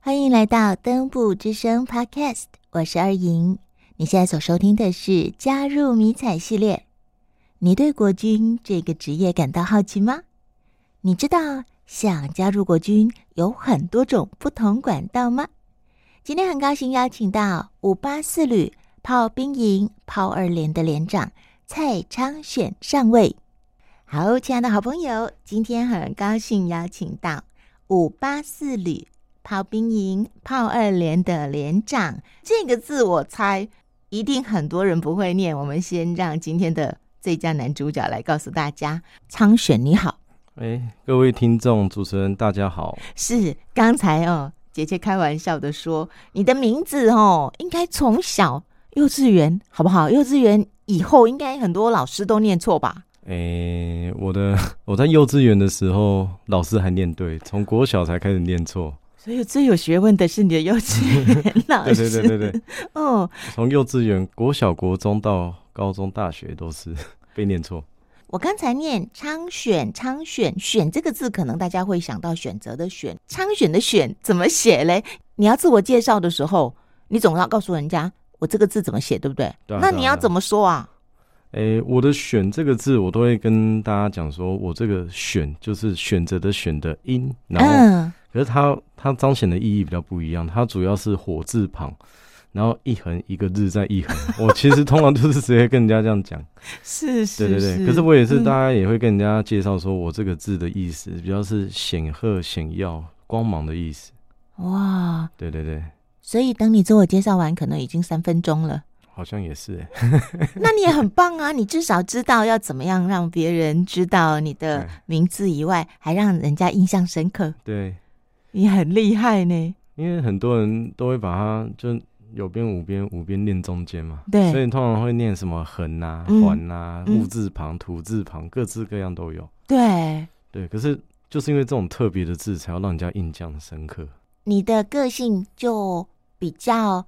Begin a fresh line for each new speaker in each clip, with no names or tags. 欢迎来到登不之声 Podcast，我是二莹。你现在所收听的是《加入迷彩》系列。你对国军这个职业感到好奇吗？你知道想加入国军有很多种不同管道吗？今天很高兴邀请到五八四旅炮兵营炮二连的连长蔡昌选上尉。好，亲爱的好朋友，今天很高兴邀请到五八四旅炮兵营炮二连的连长。这个字我猜一定很多人不会念，我们先让今天的最佳男主角来告诉大家。昌选你好，
哎，各位听众、主持人，大家好。
是刚才哦，姐姐开玩笑的说，你的名字哦，应该从小幼稚园好不好？幼稚园以后应该很多老师都念错吧？
哎，我的 我在幼稚园的时候，老师还念对，从国小才开始念错。
所以最有学问的是你的幼稚园老
对
师，
对对对对，
哦，
从幼稚园、国小、国中到高中、大学都是 被念错。
我刚才念昌选，昌选选这个字，可能大家会想到选择的选，昌选的选怎么写嘞？你要自我介绍的时候，你总要告诉人家我这个字怎么写，对不对？
对啊
那
对啊
你要
对啊
怎么说啊？
哎，我的“选”这个字，我都会跟大家讲说，我这个“选”就是选择的“选”的音，然后
嗯，
可是它它彰显的意义比较不一样，它主要是火字旁，然后一横一个日再一横。我其实通常都是直接跟人家这样讲。
是是嗯
对对对，可是我也是，大家也会跟人家介绍说，我这个字的意思比较是显赫、显耀、光芒的意思。
哇，
对对对，
所以等你自我介绍完，可能已经三分钟了。
好像 也是、欸。
那你也很棒啊！你至少知道要怎么样让别人知道你的
哎
名字以外，还让人家印象深刻，
对，
你很厉害呢。
因为很多人都会把它就有边五边五边念中间嘛，
对
所以通常会念什么横啊、
嗯
环啊、
嗯
木字旁、土字旁，各式各样都有。
对，
对，可是就是因为这种特别的字，才要让人家印象深刻。
你的个性就比较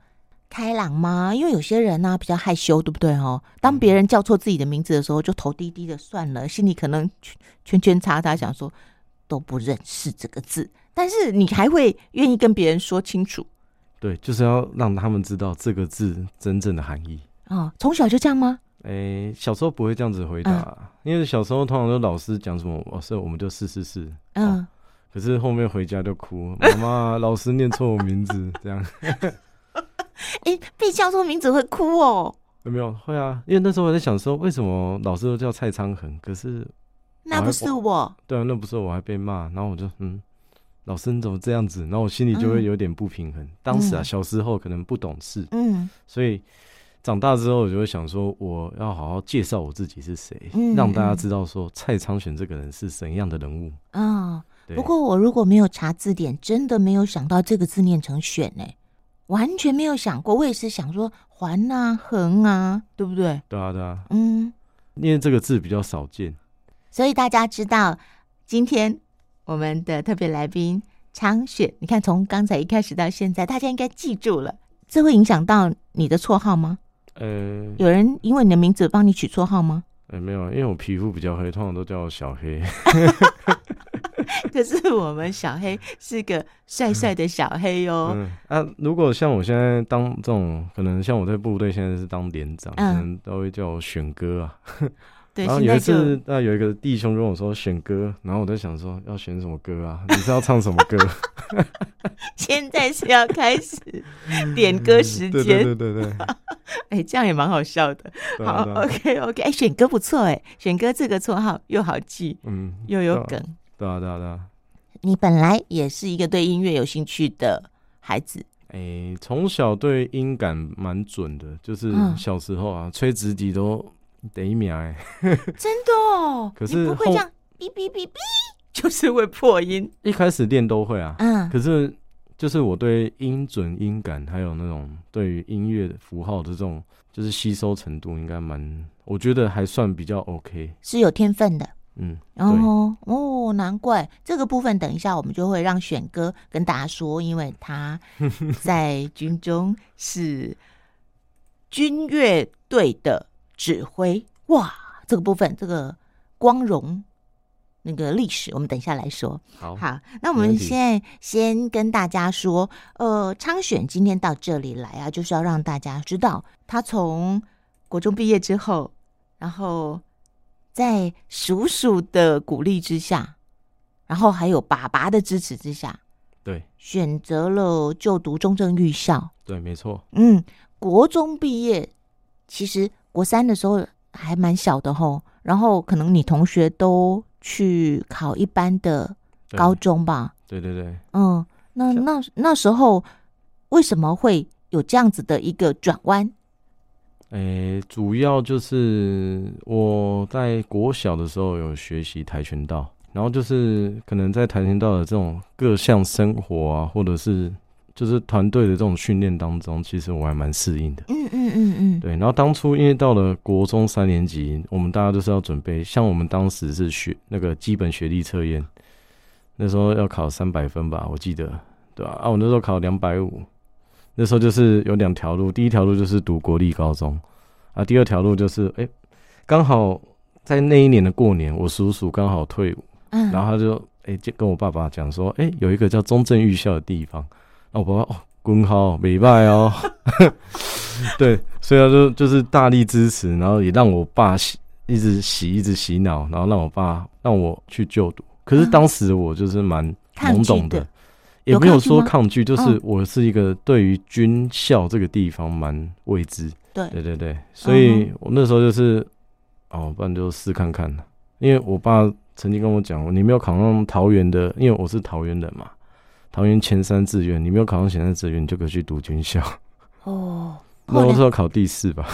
开朗吗？因为有些人呢、比较害羞，对不对哦？当别人叫错自己的名字的时候，就头低低的算了，心里可能圈圈圈叉叉，想说都不认识这个字，但是你还会愿意跟别人说清楚
对，就是要让他们知道这个字真正的含义。
哦。从小就这样吗？
诶、小时候不会这样子回答，
嗯
因为小时候通常都老师讲什么，老师我们就试试试。
嗯，
可是后面回家就哭，妈妈，老师念错我名字，这样
诶，被叫错名字会哭哦。
有没有？会啊，因为那时候我在想说，为什么老师都叫蔡昌恒？可是
那不是我，
对啊，那不是我还被骂，然后我就嗯，老师你怎么这样子？然后我心里就
嗯
会有点不平衡。当时啊，
嗯
小时候可能不懂事，
嗯
所以长大之后我就会想说，我要好好介绍我自己是谁，
嗯
让大家
嗯
知道说蔡昌选这个人是怎样的人物。
哦，
对
不过我如果没有查字典，真的没有想到这个字念成“选”呢、完全没有想过。我也是想说“环”啊、“横”啊，对不对？
对啊，对啊，
嗯，
因为这个字比较少见。
所以大家知道，今天我们的特别来宾昌选，你看从刚才一开始到现在，大家应该记住了。这会影响到你的绰号吗？
呃，
有人因为你的名字帮你取绰号 吗？
呃没有，因为我皮肤比较黑，通常都叫我小黑。
可是我们小黑是个帅帅的小黑哦。
嗯 啊，如果像我现在当这种，可能像我在部队现在是当连长，
嗯
可能都会叫我选哥啊。
对，
然后
现
有
在
一
就
次，啊那有一个弟兄跟我说选歌，然后我在想说要选什么歌啊？你是要唱什么歌？
现在是要开始点歌 时
嗯 对对
间，
对对对，啊
哎、这样也蛮好笑的。
对
好
啊对啊
，OK OK，哎、选歌不错哎、选歌这个绰号又好记
嗯，
又有
对啊
梗。
对啊对啊对啊。
你本来也是一个对音乐有兴趣的孩子，
诶，哎从小对音感蛮准的，就是
嗯
小时候啊，吹直笛都得一秒哎。
真的哦。
可
你
是
不会
后
这样哔哔哔哔，就是会破音。
一开始练都会啊，
嗯，
可是就是我对音准、音感，还有那种对于音乐符号的这种，就是吸收程度，应该蛮，我觉得还算比较 OK。
是有天分的。
嗯，对，
哦哦，难怪这个部分，等一下我们就会让选哥跟大家说，因为他在军中是军乐队的指挥。哇，这个部分，这个光荣，那个历史，我们等一下来说。
好，
好，那我
没
们
问题
现在先跟大家说，呃，昌选今天到这里来啊，就是要让大家知道，他从国中毕业之后，然后在叔叔的鼓励之下，然后还有爸爸的支持之下，
对
选择了就读中正预校。
对，没错，
嗯，国中毕业，其实国三的时候还蛮小的吼，然后可能你同学都去考一般的
对
高中吧。
对对对，
嗯，那
是
那那时候为什么会有这样子的一个转弯？
诶、主要就是我在国小的时候有学习跆拳道，然后就是可能在跆拳道的这种各项生活啊，或者是就是团队的这种训练当中，其实我还蛮适应的。
嗯嗯嗯嗯，
对，然后当初因为到了国中三年级，我们大家都是要准备，像我们当时是学那个基本学历测验，那时候要考三百分吧，我记得，对吧、啊？我那时候考两百五，那时候就是有两条路，第一条路就是读国立高中，啊，第二条路就是，哎、刚好在那一年的过年，我叔叔刚好退伍，
嗯，
然后他就哎、诶就跟我爸爸讲说，哎、有一个叫中正预校的地方，那我爸爸哦，滚好，没 拜哦，对，所以他就就是大力支持，然后也让我爸洗，一直洗，一直洗脑，然后让我爸让我去就读。可是当时我就是蛮
抗
懵
拒
懂
的，
也
有
没有
抗拒
说
吗
抗拒，就是
嗯
我是一个对于军校这个地方蛮未知，
对，
对对对，所以我那时候就是，哦，不然就试看看了。因为我爸曾经跟我讲过，你没有考上桃园的，因为我是桃园人嘛，桃园前三志愿，你没有考上前三志愿，你就可以去读军校。
哦，
那
后
我
来
是要考第四吧？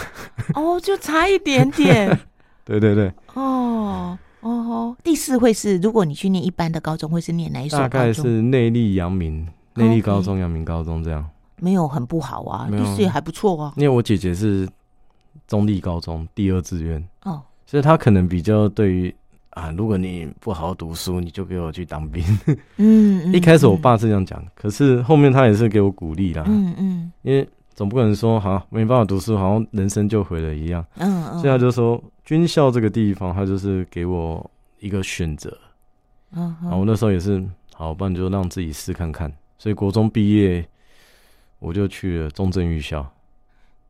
哦，就差一点 点，
对对对，
哦哦吼，第四会是如果你去念一般的高中，会是念哪一所
大概
高中？
是内力、阳明、内力高
OK
中、阳明高中这样。
没有很不好啊，
没
第
有
四也还不错啊。
因为我姐姐是中立高中第二志愿，
哦，
所以她可能比较对于啊，如果你不好好读书，你就给我去当兵。
嗯，嗯
一开始我
嗯
爸是这样讲，可是后面他也是给我鼓励啦，
嗯嗯
因为总不可能说好没办法读书，好像人生就毁了一样。
嗯嗯，
所以他就说军校这个地方，他就是给我一个选
哦
择。
嗯
然后我
哼，
那时候也是好，不然就让自己试看看。所以国中毕业，我就去了中正预校。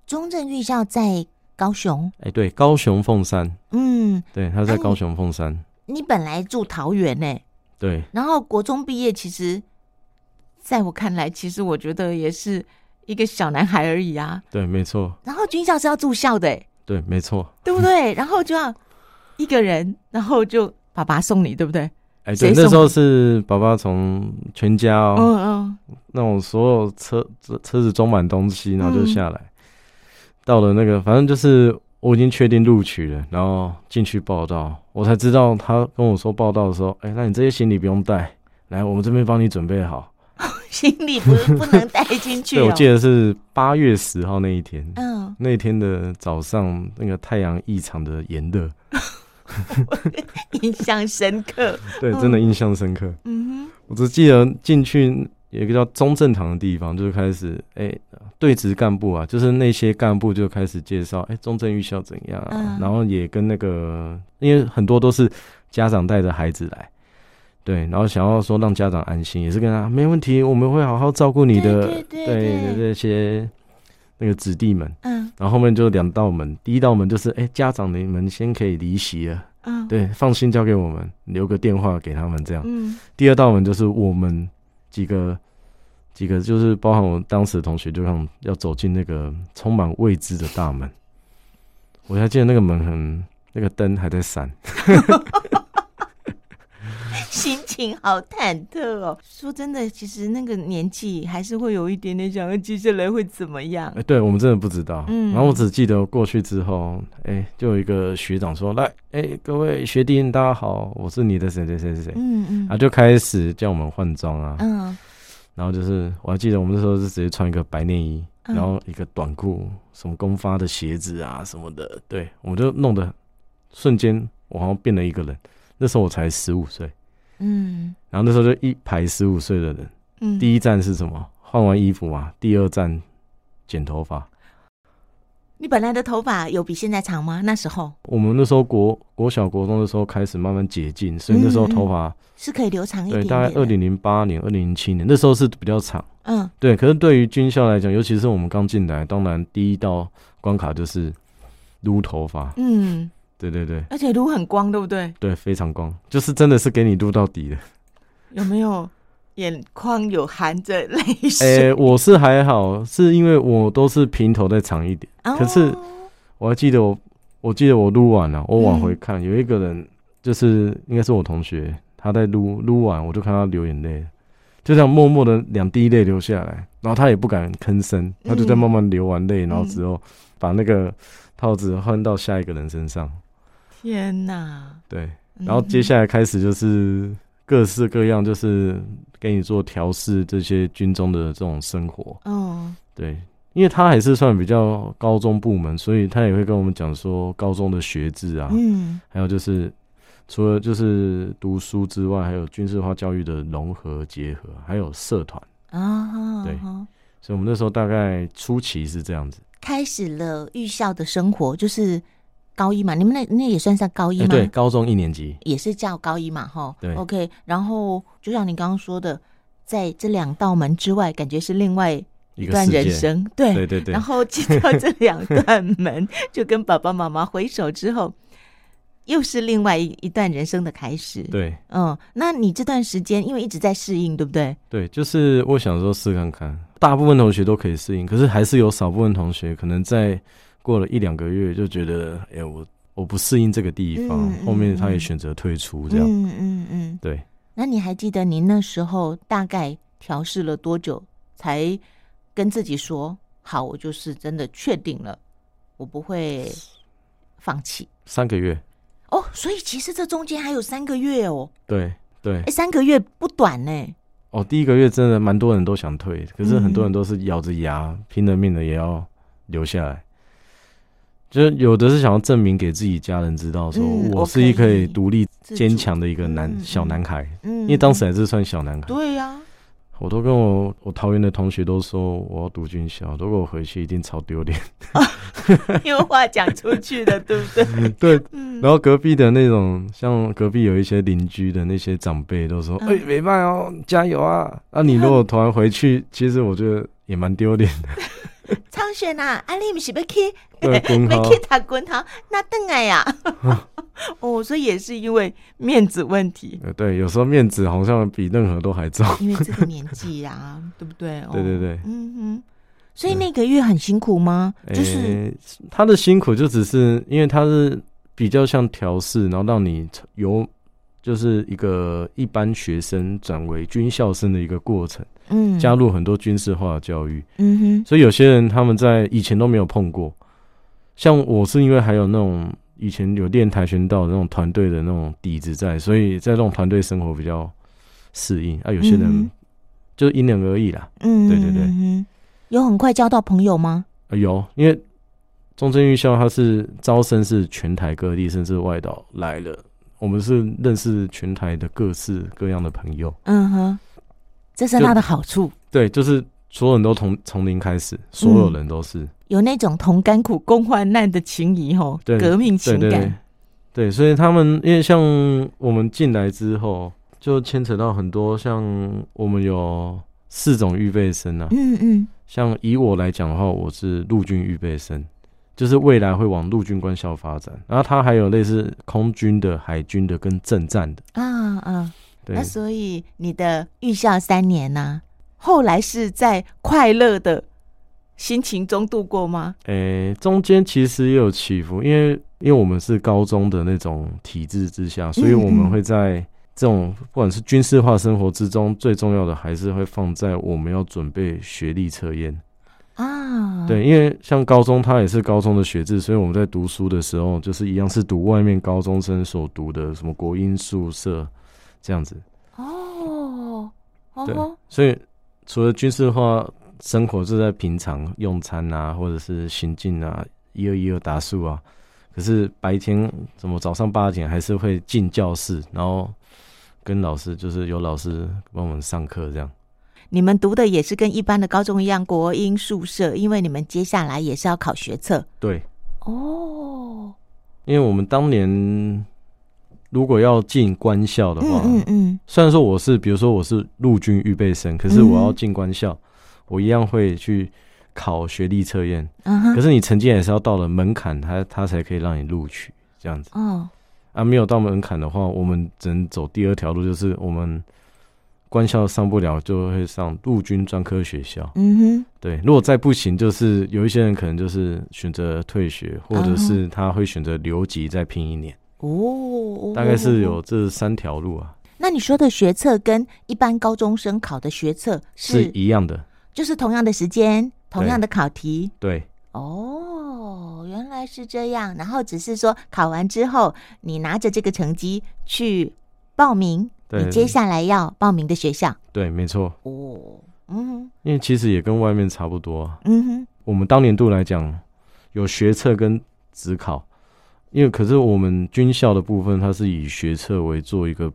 中正预校在高雄，
哎、对，高雄凤山，
嗯，
对，他
啊
在
你
高雄凤山。
你本来住桃园呢、
对，
然后国中毕业，其实在我看来，其实我觉得也是一个小男孩而已啊。
对，没错，
然后军校是要住校的、欸，
对，没错。
对不对？ 然后就要一个人，然后就爸爸送你，对不对？
哎、
谁
对，那
送
时候是爸爸从全家哦、
嗯嗯
那种所有车车车子装满东西，然后就
嗯
下来，到了那个，反正就是我已经确定录取了，然后进去报道，我才知道他跟我说报道的时候，哎、那你这些行李不用带，来，我们这边帮你准备好。
行李 不不能带进去、
对，
哦。
我记得是八月十号那一天，
嗯，
那天的早上，那个太阳异常的炎热，
印象深刻。
对，真的印象深刻。
嗯哼，
我只记得进去有一个叫中正堂的地方，就是开始哎、对职干部啊，就是那些干部就开始介绍哎、中正预校怎样、啊，
嗯
然后也跟那个因为很多都是家长带着孩子来。对，然后想要说让家长安心，也是跟他没问题，我们会好好照顾你的，
对对对对
这些那个子弟们。
嗯
然后后面就两道门，第一道门就是，哎，家长你们先可以离席了，
嗯，，
对，放心交给我们，留个电话给他们这样。
嗯
第二道门就是我们几个几个，就是包含我当时的同学，就让要走进那个充满未知的大门。我还记得那个门很，那个灯还在闪。
心情好忐忑哦。说真的，其实那个年纪还是会有一点点想，要接下来会怎么样
哎、？对我们真的不知道。
嗯
然后我只记得过去之后，哎、就有一个学长说：“来，哎、各位学弟大家好，我是你的谁谁谁谁谁。”
嗯嗯
啊，就开始叫我们换装啊，
嗯
然后就是我还记得我们那时候是直接穿一个白内衣，
嗯
然后一个短裤，什么公发的鞋子啊什么的，对，我们就弄得瞬间我好像变了一个人。那时候我才十五岁，
嗯
然后那时候就一排十五岁的人，
嗯，
第一站是什么？换完衣服嘛，第二站剪头发，
你本来的头发有比现在长吗？那时候
我们那时候国国小国中的时候开始慢慢解禁，所以那时候头发、
是可以留嗯长一点
对
点
大概
的
二零零八年、二零零七年那时候是比较长。
嗯
对，可是对于军校来讲，尤其是我们刚进来，当然第一道关卡就是撸头发。
嗯，
对对对
而且撸很光，对不对？
对，非常光，就是真的是给你撸到底的。
有没 有眼眶有含着泪
诶、
水？
我是还好，是因为我都是平头再长一点。
哦
可是我还记得我，我记得我撸完了，我往回看，有一个人就是应该是我同学，他在撸撸完，我就看他流眼泪，就这样默默的两滴泪流下来，然后他也不敢吭声，他就在慢慢流完泪，然后之后把那个套子换到下一个人身上，
天哪！
对，
嗯
然后接下来开始就是各式各样，就是给你做调试这些军中的这种生活，
来，哦，
对，因为他还是算比较高中部门，所以他也会跟我们讲说高中的学制啊，
嗯
还有就是除了就是读书之外，还有军事化教育的融合结合，还有社团。
啊，
对
哦
所以我们那时候大概初期是这样子，
开始了预校的生活，就是高一嘛，你们那那也算上高一
哎
吗？
对，高中一年级，
也是叫高一嘛，哈。
对
OK，然后就像你刚刚说的，在这两道门之外，感觉是另外
一
一
个
段
世
人
界，
生，对。
对对对
然，后进到 这两段门，就跟爸爸妈妈挥手之后，又是另外一一段人生的开始。
对
嗯，那你这段时间因为一直在适应，对不对？
对，就是我想说试看看，大部分同学都可以适应，可是还是有少部分同学可能在过了一两个月就觉得，哎、我我不适应这个地方，
嗯嗯
后面他也
嗯
选择退出这样。
嗯嗯嗯。
对，
那你还记得你那时候大概调试了多久，才跟自己说，好，我就是真的确定了，我不会放弃。
三个月，
哦，所以其实这中间还有三个月哦，
对对
哎，，三个月不短呢。
哦，第一个月真的蛮多人都想退，可是很
嗯
多人都是咬着牙，拼了命的也要留下来。就是有的是想要证明给自己家人知道，说
嗯
我
我
是一
可
可以
以
独立、
自主
坚，强的一个男
嗯嗯
小男孩，
嗯，
因为当时还是算小男孩。
对呀、
我都跟我我桃园的同学都说我要读军校，如果我回去一定超丢脸。
因为话讲出去的，对不对？
对，
嗯，
然后隔壁的那种，像隔壁有一些邻居的那些长辈都说：“
嗯
哎、没办法哦，加油啊！”那、你如果突然回去， 其实我觉得也蛮丢脸的。
苍玄啊，安利不是要去，
对，滚嗯好嗯
要。去打滚堂，那邓来呀、 哦，所以也是因为面子问题，
呃，对，有时候面子好像比任何都还重。
因为这个年纪啊， 对不对？哦、
对对，对，
嗯哼。所以那个月很辛苦吗？就是
诶他的辛苦就只是因为他是比较像调试，然后让你由就是一个一般学生转为军校生的一个过程，
嗯，
加入很多军事化的教育，
嗯哼，
所以有些人他们在以前都没有碰过。像我是因为还有那种以前有练跆拳道的那种团队的那种底子在，所以在这种团队生活比较适应啊。有些
嗯
人
哼
就因人而异啦。
嗯，
对对对
嗯哼，有很快交到朋友吗？
呃有，因为中正预校它是招生是全台各地，甚至外岛来了，我们是认识全台的各式各样的朋友。
嗯哼，这是
就
它的好处，
对，就是所有人都从从零开始，所
嗯
有人都是、
有那种同甘苦、共患难的情谊哦，
对
革命情
对对对
感，
对，所以他们因为像我们进来之后，就牵扯到很多，像我们有四种预备生啊，
嗯嗯
像以我来讲的话，我是陆军预备生，就是未来会往陆军官校发展。然后它还有类似空军的、海军的跟政战的。
啊啊，
对
那，所以你的预校三年呢、后来是在快乐的心情中度过吗？
诶、中间其实也有起伏，因为因为我们是高中的那种体制之下，所以
嗯
我
嗯
们会在这种不管是军事化生活之中，最重要的还是会放在我们要准备学历测验。
啊，，
对，因为像高中，它也是高中的学制，所以我们在读书的时候，就是一样是读外面高中生所读的什么国英宿舍这样子。
啊哦，哦
对
吼，
所以除了军事化生活，是在平常用餐啊，或者是行进啊，一二一二打数啊。可是白天怎么早上八点还是会进教室，然后跟老师就是有老师帮我们上课这样。
你们读的也是跟一般的高中一样，国英宿舍，因为你们接下来也是要考学测
对，
哦。
因为我们当年如果要进官校的
嗯
话，
嗯嗯，
虽然说我是，比如说我是陆军预备生，可是
嗯哼
我要进官校，我一样会去考学历测验。
嗯哼，
可是你成绩也是要到了门槛，它它才可以让你录取这样子
哦，
啊。没有到门槛的话，我们只能走第二条路，就是我们官校上不了，就会上陆军专科学校。
嗯
对，如果再不行，就是有一些人可能就是选择退学，或者
嗯
是他会选择留级再拼一年，
哼，哦，
大概是有这三条路啊，
那你说的学测跟一般高中生考的学测是
是一样的。
就是同样的时间、同
对
样的考题
对，
哦，原来是这样。然后只是说考完之后，你拿着这个成绩去报名
对
你接下来要报名的学校
对，没错。
哦，嗯
因为其实也跟外面差不多啊、
哼嗯哼
我们当年度来讲，有学测跟职考，因为可是我们军校的部分，它是以学测为做一个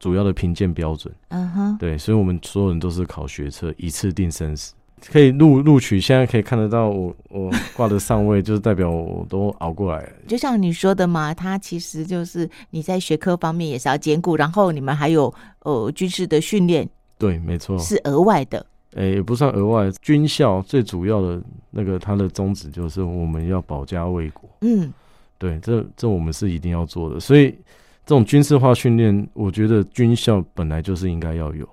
主要的评鉴标准，
嗯哼，
对，所以我们所有人都是考学测，一次定生死。可以录录取，现在可以看得到我我挂的上位，就是代表我都熬过来了。
就像你说的嘛，它其实就是你在学科方面也是要兼顾，然后你们还有呃军事的训练
对，没错，
是额外的。
诶、也不算额外。军校最主要的那个它的宗旨就是我们要保家卫国。
嗯，
对，这这我们是一定要做的。所以这种军事化训练，我觉得军校本来就是应该要有。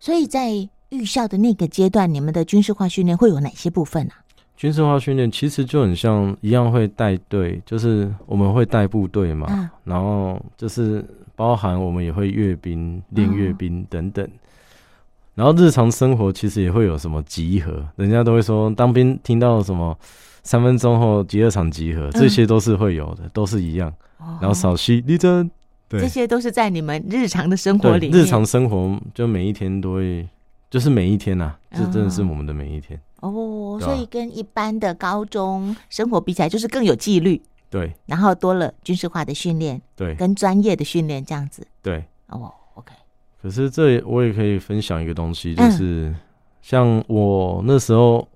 所以在预校的那个阶段，你们的军事化训练会有哪些部分啊？
军事化训练其实就很像一样会带队，就是我们会带部队嘛，
啊，
然后就是包含我们也会阅兵、练阅
嗯
兵等等。然后日常生活其实也会有什么集合，人家都会说当兵听到什么三分钟后集合场集合，这
嗯
些都是会有的，都是一样。
哦
然后扫息立正，对
这些都是在你们日常的生活
对，
里面。
日常生活就每一天都会，就是每一天呐、
啊
啊这真的是我们的每一天。
哦，
对啊
所以跟一般的高中生活比起来，就是更有纪律，
对
然后多了军事化的训练
对
跟专业的训练这样子。
对。
哦，OK，
可是这也我也可以分享一个东西，就
嗯
是、像我那时候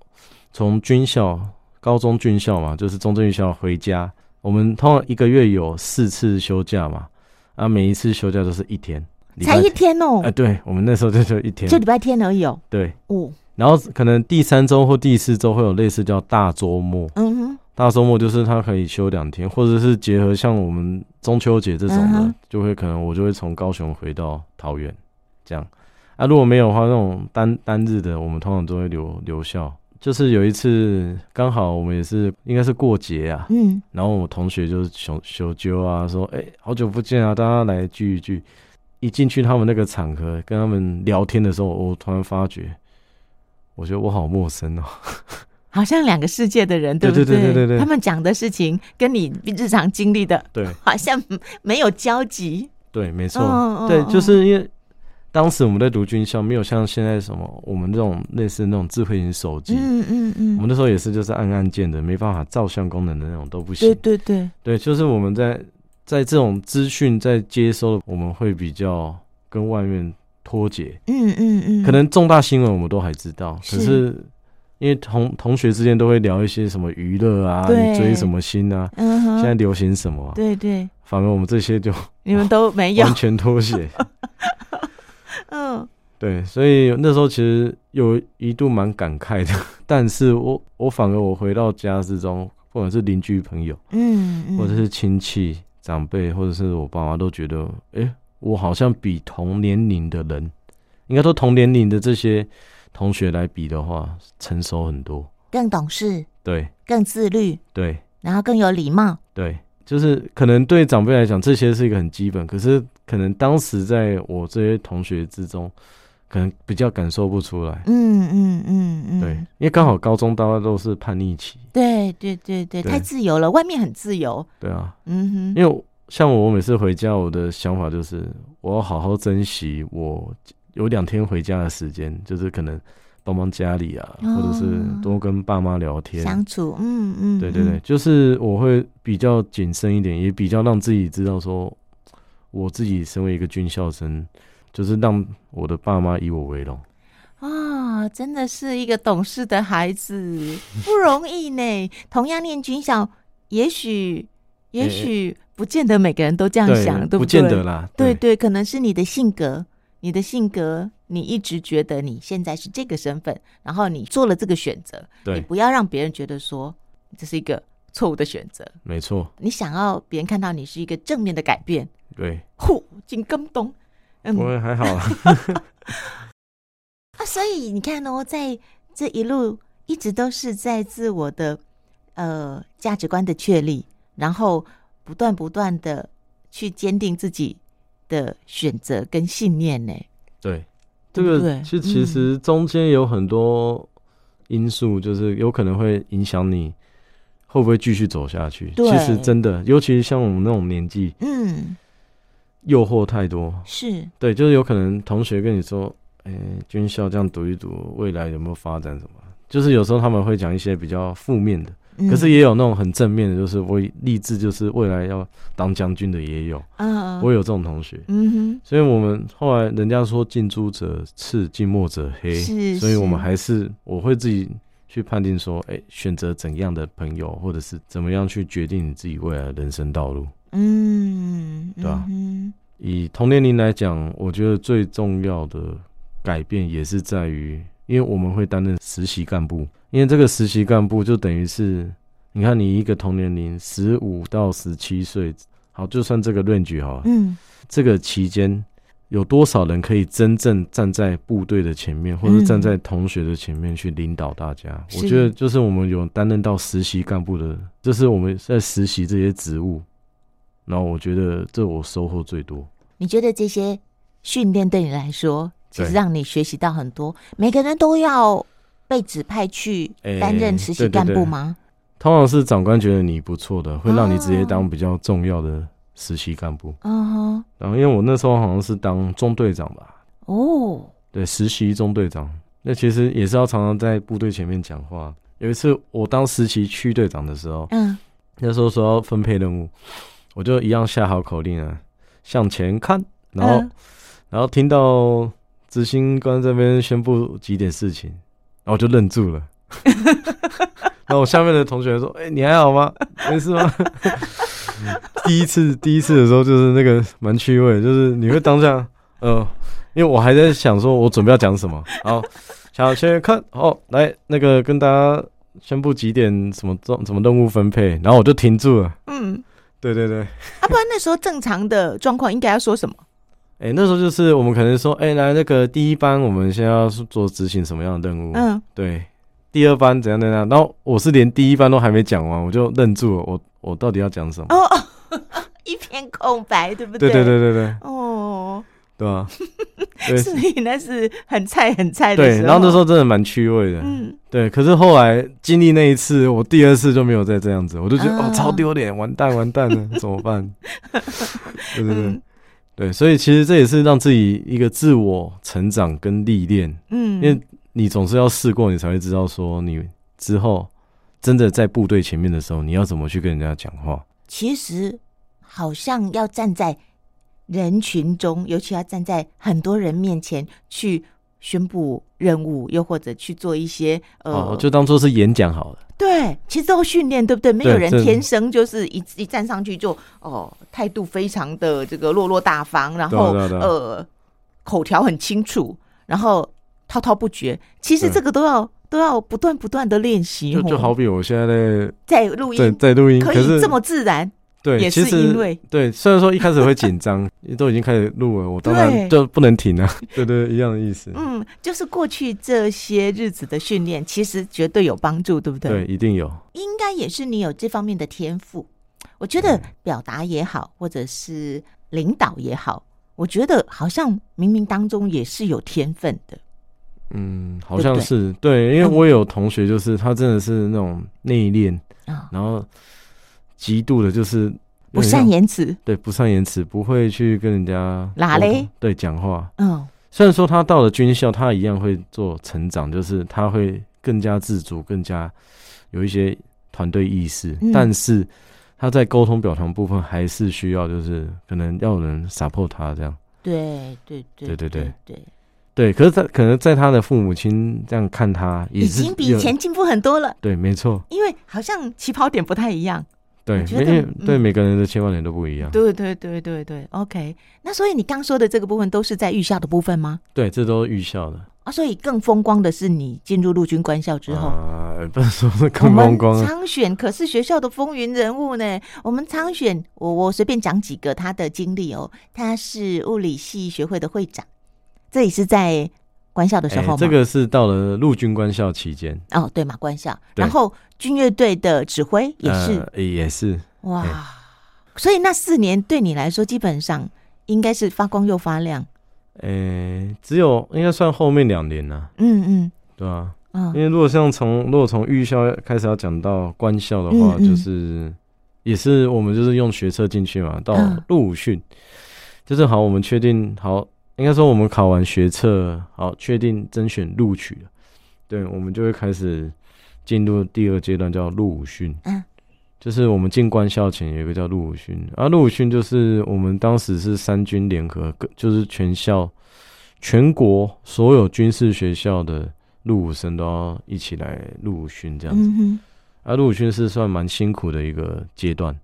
从军校、高中军校嘛，就是中正军校回家，我们通常一个月有四次休假嘛，啊，每一次休假都是一天，礼拜
才一天哦
啊、，对我们那时候就就一天
就，礼拜天而已哦。
对。
哦，
然后可能第三周或第四周会有类似叫大周末，
嗯哼，
大周末就是他可以休两天，或者是结合像我们中秋节这种的，
嗯哼
就会可能我就会从高雄回到桃园，这样。啊，如果没有的话，那种单单日的，我们通常都会留留校。就是有一次刚好我们也是应该是过节啊，
嗯，
然后我同学就是求求揪啊，说哎、好久不见啊，大家来聚一聚。一进去他们那个场合，跟他们聊天的时候，我突然发觉，我觉得我好陌生哦、
好像两个世界的人，
对
不
对对对对对
他们讲的事情跟你日常经历的
对
好像没有交集。
对，没错。
嗯
对，
嗯
就。
嗯
是因为当时我们在读军校，没有像现在什么我们这种类似那种智慧型手机，
嗯嗯
我们
嗯，
那时候也是就是按按键的，没办法照相功能的那种都不行。
对对对，
对就是我们在在这种资讯在接收，我们会比较跟外面脱节。
嗯嗯嗯，
可能重大新闻我们都还知道，可
是
是因为同同学之间都会聊一些什么娱乐啊，
对
你追什么星啊，
嗯
现在
哼，
流行什么啊、
对对，
反而我们这些就
你们都没有
完，全 脱节。
嗯，
对，所以那时候其实有一度蛮感慨的， 但是我我反而我回到家之中，不管是邻居朋友，
嗯，嗯
或者是亲戚长辈，或者是我爸妈，都觉得，诶，我好像比同年龄的人，应该说同年龄的这些同学来比的话，成熟很多。
更懂事、
对
更自律，
对
然后更有礼貌。
对，就是可能对长辈来讲，这些是一个很基本，可是可能当时在我这些同学之中，可能比较感受不出来。
嗯嗯嗯嗯，
对，因为刚好高中大家都是叛逆期，
对对对对，
对
太自由了，外面很自由。
对啊，
嗯哼，
因为我像我每次回家，我的想法就是我要好好珍惜我有两天回家的时间，就是可能帮帮家里啊，
哦
或者是多跟爸妈聊天。
相处，嗯嗯，
对对对，
嗯，
就是我会比较谨慎一点，也比较让自己知道说，我自己身为一个军校生，就是让我的爸妈以我为荣。
啊、哇，真的是一个懂事的孩 子，不容易呢。同样念军校，也许也许不见得每个人都这样想，对
不
不
见
对？
得啦，
对对，可能是你的性格，你的性格，你一直觉得你现在是这个身份，然后你做了这个选择，你
对，
不要让别人觉得说这是一个错误的选择，
没错，
你想要别人看到你是一个正面的改变。
对，
呼，进更东，嗯
我还好啦，
啊，所以你看哦，在这一路一直都是在自我的呃价值观的确立，然后不断不断的去坚定自己的选择跟信念呢。
对，这
对不
个
对嗯
其其实中间有很多因素，就是有可能会影响你会不会继续走下去。
对
其实真的，尤其是像我们那种年纪，
嗯，
诱惑太多。
是
对，就是有可能同学跟你说，哎、军校这样读一读，未来有没有发展什么？就是有时候他们会讲一些比较负面的，
嗯
可是也有那种很正面的，就是我立志就是未来要当将军的也有，
嗯，
我有这种同学。
嗯
所以我们后来人家说近朱者赤，近墨者黑，
是
所以我们
是
还是我会自己去判定说，哎、选择怎样的朋友，或者是怎么样去决定你自己未来的人生道路。
哼嗯，
对啊
嗯
以同年龄来讲，我觉得最重要的改变也是在于，因为我们会担任实习干部，因为这个实习干部就等于是，你看你一个同年龄十五到十七岁，好，就算这个 range 好了
哼嗯，
这个期间有多少人可以真正站在部队的前面，或者是站在同学的前面去领导大家？
嗯是
我觉得就是我们有担任到实习干部的，这是我们在实习这些职务，然后我觉得这我收获最多。
你觉得这些训练对你来说，其实
对
让你学习到很多。每个人都要被指派去
诶
担任实习
对对
干
哎对
部吗？哦
通常是长官觉得你不错的，会让你直接当比较重要的实习干部。
嗯哼，
然后因为我那时候好像是当中队长吧，
哦，
对，实习中队长。那其实也是要常常在部队前面讲话。有一次我当实习区队长的时候，
嗯，
那时候说要分配任务，我就一样下好口令啊，向前看，然后、
嗯
然后听到执行官这边宣布几点事情，然后我就愣住了。然后我下面的同学说：“哎、你还好吗？没事吗？” 第一次第一次的时候就是那个蛮趣味的，就是你会当下，呃，因为我还在想说我准备要讲什么，好，想先看，哦，来那个跟大家宣布几点什么重什么任务分配，然后我就停住了。
嗯，
对对对，
啊，不然那时候正常的状况应该要说什么？
哎、那时候就是我们可能说，哎、来那个第一班，我们现在要做执行什么样的任务？
嗯，
对，第二班怎样怎样。然后我是连第一班都还没讲完，我就愣住了，我我到底要讲什么？
哦，哦 一片空白，对不
对对
对
对对对，
哦，
对啊 吧、对
所以那是很菜很菜的
对，
时候。
然后那时候真的蛮趣味的，
嗯，
对。可是后来经历那一次，我第二次就没有再这样子，我就觉得、
啊
哦，超丢脸，完蛋完蛋了，怎么 办？对对对、
嗯
对，所以其实这也是让自己一个自我成长跟历练。
嗯，
因为你总是要试过，你才会知道说你之后真的在部队前面的时候，你要怎么去跟人家讲话。
其实好像要站在人群中，尤其要站在很多人面前去宣布任务，又或者去做一些呃，
哦，就当做是演讲好了。
对，其实都训练，对不对？没
对
有人
这
天生就是一一站上去就哦，态度非常的这个落落大方，然后
对啊对啊对啊
呃，口条很清楚，然后滔滔不绝。其实
对
这个都要都要不断不断的练习
就
哦，
就好比我现在在
在录
在
音
在录音，
可
可
以
是
这么自然，也
对，
是
其
因
实
为
对，虽然说一开始会紧张， 都已经开始录了，我当
对
然就不能停 啊。对对，一样的意思。
嗯，就是过去这些日子的训练，其实绝对有帮助，对不对？
对，一定有。
应该也是你有这方面的天赋。我觉得表达也好，或者是领导也好，我觉得好像冥冥当中也是有天分的。
嗯，好
对
像
对
是对，因为
嗯
我有同学就是他真的是那种内敛，
啊
然后极度的就是
不
有点像
善言辞，
对，不善言辞，不会去跟人家
拉
沟通
嘞，
对，讲话。
嗯，
虽然说他到了军校，他一样会做成长，就是他会更加自主，更加有一些团队意识，
嗯
但是他在沟通表达部分还是需要，就是可能要有人 support 他这样。
对对对
对对
对对，
对，可是他可能在他的父母亲这样看他，也
已
是
经比以
有
前进步很多了，
对，没错，
因为好像起跑点不太一样。
对
我，觉
每
得
因为对
嗯
每个人的切换点都不一样。
对对对对对，OK。那所以你刚说的这个部分都是在预校的部分吗？
对，这都是预校的。
啊，所以更风光的是你进入陆军官校之后。
啊，不能说
哦
是
我
更风
们
光啊。
苍选可是学校的风云人物呢。我们苍选，我我随便讲几个他的经历哦。他是物理系学会的会长，这也是在官校的时
哎
候嘛。
这个是到了陆军官校期间，
哦，对嘛，官校。
对
然后军乐队的指挥也是、
呃哎也是，
哇，所以那四年对你来说，基本上应该是发光又发亮。
诶，只有应该算后面两年呢、
嗯嗯
对吧、
嗯
因为如果像从如果从预校开始要讲到官校的话，
嗯嗯
就是也是我们就是用学测进去嘛，到
嗯
入伍训，就是好，我们确定好，应该说我们考完学测，好确定甄选录取了，对，我们就会开始进入第二阶段叫入伍训，
嗯，
就是我们进官校前有一个叫入伍训，啊，入伍训就是我们当时是三军联合，各就是全校全国所有军事学校的入伍生都要一起来入伍训这样子。
嗯哼，
啊，入伍训是算蛮辛苦的一个阶段，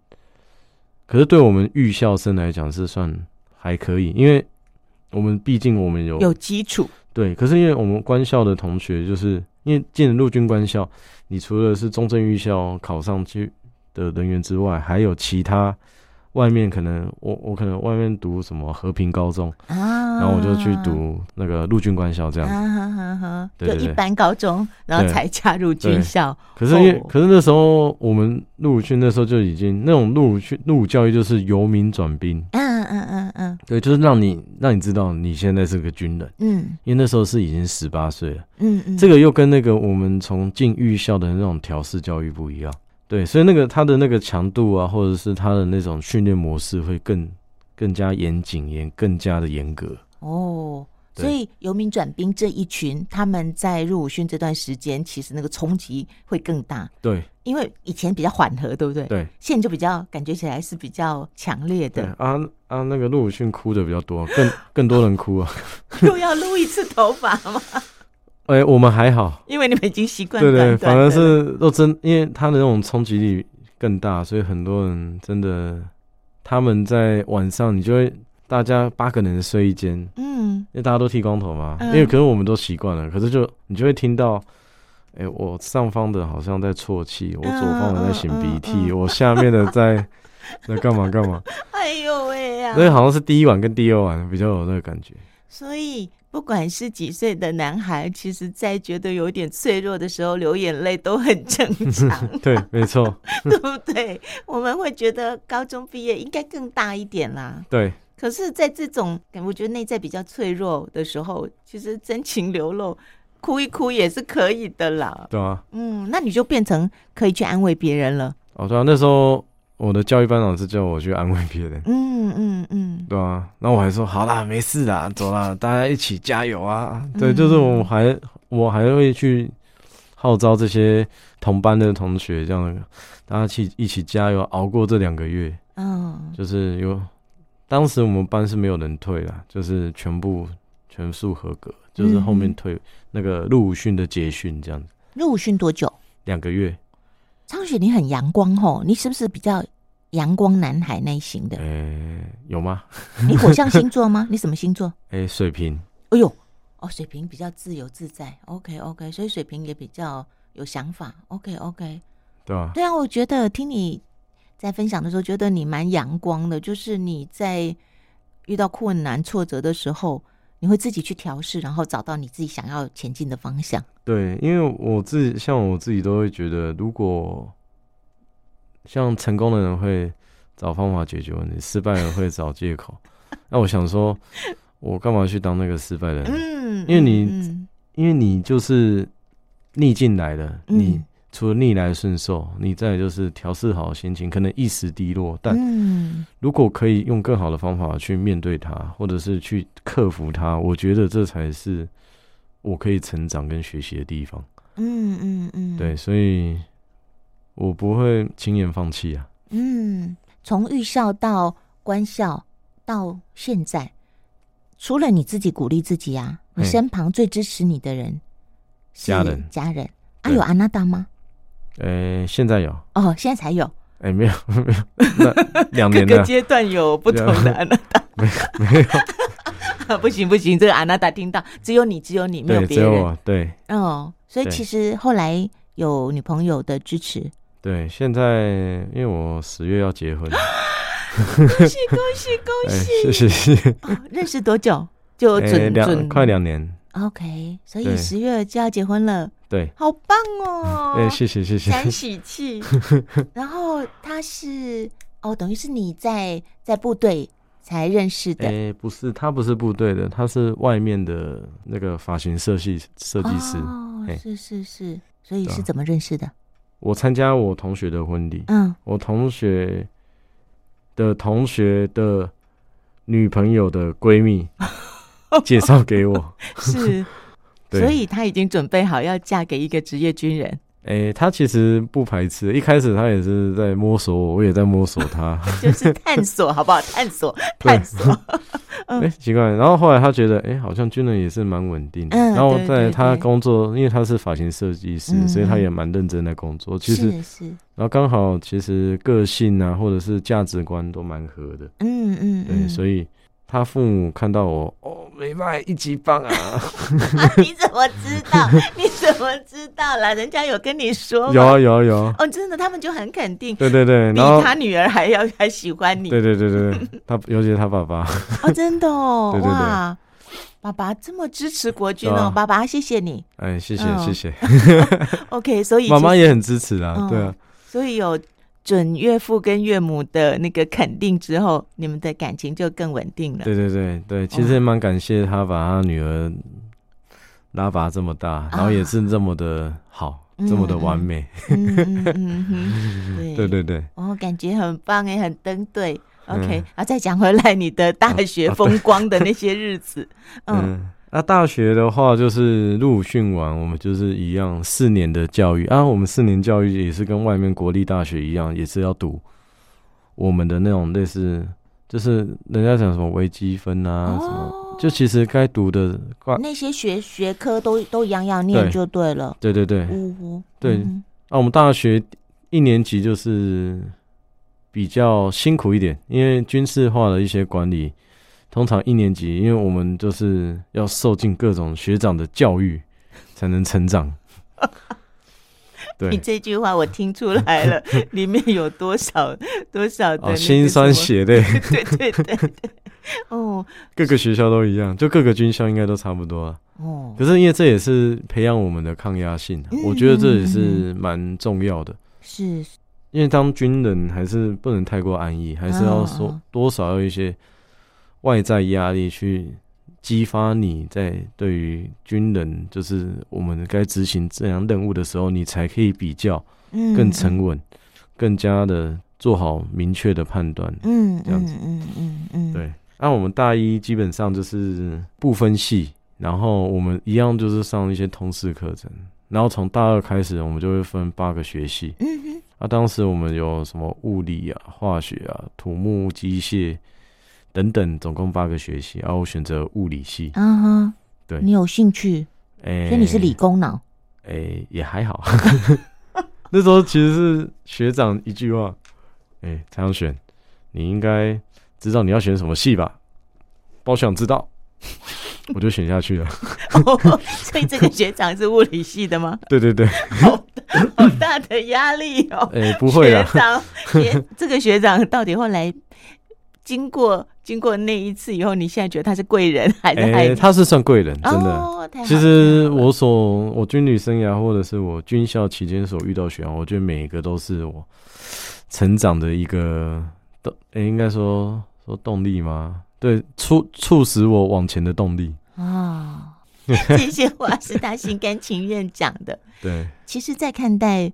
可是对我们预校生来讲是算还可以，因为我们毕竟我们有
有基础。
对，可是因为我们官校的同学，就是因为进了陆军官校，你除了是中正预校考上去的人员之外，还有其他外面可能我我可能外面读什么和平高中，
啊，
然后我就去读那个陆军官校这样子。
啊哈哈哈，
对
就
对
一
对
般高中，然后
对
才加入军
对
校。
可是因为
哦
可是那时候我们陆训那时候就已经那种陆训陆伍教育就是由民转兵，
嗯嗯嗯嗯
对，就是让你让你知道你现在是个军人，
嗯
因为那时候是已经十八岁了。
嗯嗯，
这
个
个又跟那个我们从进预校的那种调试教育不一样，对，所以那个它的那个强度啊，或者是它的那种训练模式会更更加严谨、严更加的严格。
哦。
对
所以游民转兵这一群，他们在入伍训这段时间，其实那个冲击会更大，
对
因为以前比较缓和，对不对？
对
现在就比较感觉起来是比较强烈
对
的，
啊啊，那个陆武训哭的比较多，更更多人哭啊。
又要撸一次头发嘛，
哎、我们还好，
因为你们已经习惯
对对，
短短
反
的
而
了
是都真，因为他的那种冲击力更大，所以很多人真的他们在晚上，你就会大家八个人睡一间，
嗯，
因为大家都剃光头嘛，
嗯
因为可是我们都习惯了，可是就你就会听到，哎、我上方的好像在啜泣，我左方的在擤鼻涕，
嗯嗯嗯嗯嗯
我下面的 在在干嘛干嘛，
哎呦喂呀、
那个好像是第一晚跟第二晚比较有那个感觉，
所以，不管是几岁的男孩，其实在觉得有点脆弱的时候流眼泪都很正常，
对，没错，
对不对？我们会觉得高中毕业应该更大一点啦。
对
可是，在这种我觉得内在比较脆弱的时候，其实真情流露，哭一哭也是可以的啦。
对啊，
嗯，那你就变成可以去安慰别人了。
哦对啊，那时候我的教育班老师叫我去安慰别人。
嗯嗯嗯，
对啊，然后我还说好啦，没事 啦，走啦，大家一起加油啊！对，
嗯
就是我还我还会去号召这些同班的同学，这样的大家去一起加油，熬过这两个月。
嗯，
就是有，当时我们班是没有人退啦，就是全部全数合格，就是后面
嗯
退、那个入伍训的结训这样子，
入伍训多久？
两个月。
张雪，你很阳光吼，你是不是比较阳光男孩那一型的
诶、？有吗？
你火象星座吗？你什么星座？
诶、水平。
哎呦，哦，水瓶比较自由自在，OK OK，所以水瓶也比较有想法，OK OK。
对吧、
对啊，我觉得听你在分享的时候，觉得你蛮阳光的，就是你在遇到困难、挫折的时候，你会自己去调试，然后找到你自己想要前进的方向。
对，因为我自己像我自己都会觉得，如果像成功的人会找方法解决问题，失败的人会找借口。 那我想说，我干嘛去当那个失败的人？
嗯，
因为你
嗯
因为你就是逆境来的，
嗯
你除了逆来顺受，你再来就是调试好心情，可能一时低落，但
嗯
如果可以用更好的方法去面对它，或者是去克服它，我觉得这才是我可以成长跟学习的地方。
嗯嗯嗯，
对，，所以我不会轻言放弃啊。
嗯，从预校到官校到现在，除了你自己鼓励自己啊，你
嘿
身旁最支持你的人是
家人
家人啊，
对
有安娜达吗？
呃、现在有，
哦，现在才有，
哎、没有没有， 那两年了，
阶段有不
啊
安娜 达。不行不行，这个安娜达听到只有你，只有你，没有
对，只
别
有
人。
我，对
哦，所以
对
其实后来有女朋友的支持，
对，现在因为我十月要结婚，
哦恭喜恭喜
哎、
恭
谢谢谢谢，
哦！认识多久？就
哎、
准
两
准
快两年，
OK，所以
对
十月就要结婚了，
对，
好棒
哎、
哦！
谢谢谢谢，
三喜 气。然后他是哦，等于是你在在部队才认识的
哎、不是，他不是部队的，他是外面的那个发型设计设计师。
哦
嘿，
是是是，所以
对啊
是怎么认识 的？
我参加我同学的婚礼，
嗯，
我同学的同学的女朋友的 闺蜜介绍给我。
是，
对，
所以他已经准备好要嫁给一个职业军人，
哎、他其实不排斥，一开始他也是在摸索我，我也在摸索 他。
就是探索，好不好？探索，
对
探索。嗯
哎、奇怪，然后后来他觉得，哎、好像军人也是蛮稳定的。
嗯
然后
对
在
对
他
对
工作，因为他是发型设计师，
嗯
所以他
嗯
也蛮认真的工作。其实
是是，
然后刚好其实个性啊，或者是价值观都蛮合的，
嗯嗯
对，
嗯。
所以他父母看到我，哦，没卖一级棒啊，
啊，你怎么知道？ 你怎么知道啦？人家有跟你说吗
有啊有啊有啊，
哦，真的，他们就很肯定，
对对对，
比
然后
他女儿还要还喜欢你
对对对对 对，他尤其是他爸爸，
哦，真的哦，
对对对
哇，爸爸这么支持国军
对
哦，
啊
爸爸谢谢你。
哎，谢谢
嗯
谢谢，
OK，所以
妈妈
其实
也很支持啊
嗯，
对啊，
所以有准岳父跟岳母的那个肯定之后，你们的感情就更稳定了。
对对对
嗯
对，其实也蛮感谢他把他女儿拉拔这么大，然后也是这么的好，
嗯
这么的完美，
嗯嗯嗯嗯，对
对对对，
哦，感觉很棒哎，很登对。
嗯
OK，、啊，再讲回来你的大学风光的那些日 子，嗯，
嗯，那、大学的话，就是入训完，我们就是一样四年的教育啊。我们四年教育也是跟外面国立大学一样，也是要读我们的那种类似，就是人家讲什么微积分啊，什么，
哦
就其实该读的挂，
那些学学科都都一样要
对
念就对了。
对对对。
呜呼，
对
嗯
啊，我们大学一年级就是比较辛苦一点，因为军事化的一些管理，通常一年级，因为我们就是要受尽各种学长的教育，才能成长。
你
对，
这句话我听出来 了，里面有多少多少的那
哦，
个
心酸
什
血泪，
么， 对对对对，哦
各个学校都一样，就各个军校应该都差不多啊。
哦，
可是因为这也是培养我们的抗压性啊，我觉得这也是蛮重要的。
是是
因为当军人还是不能太过安逸，还是要
嗯
说
嗯
多少要一些外在压力去激发你在对于军人，就是我们该执行这样任务的时候，你才可以比较
嗯
更沉稳，更加的做好明确的判断。
嗯
这样
嗯
子
嗯嗯嗯，
对，那、我们大一基本上就是不分系，然后我们一样就是上一些通识课程，然后从大二开始，我们就会分八个学系。
嗯哼
啊，当时我们有什么物理啊、化学啊、土木、机械等等，总共八个学系。然、后我选择物理系，
啊哈，
对
你有兴趣，
哎、
所以你是理，工脑，
哎、也还好。 那时候其实是学长一句话，哎、蔡阳选，你应该知道你要选什么系吧？包想知道，我就选下去了。
哦所以这个学长是物理系的 吗？
对对对，
好好大的压力哦，
哎、不会啦，
学长， 学这个学长到底后来经过经过那一次以后，你现在觉得他是贵人还是
哎、
害你？
他是算贵人，真的。
哦、太好
其
了
实我所我军旅生涯，或者是我军校期间所遇到学长，我觉得每一个都是我成长的一个动，诶、应该说说动力吗？对，促促使我往前的动力。
哦， 这些话是他心甘情愿讲的。
对，
其实，在看待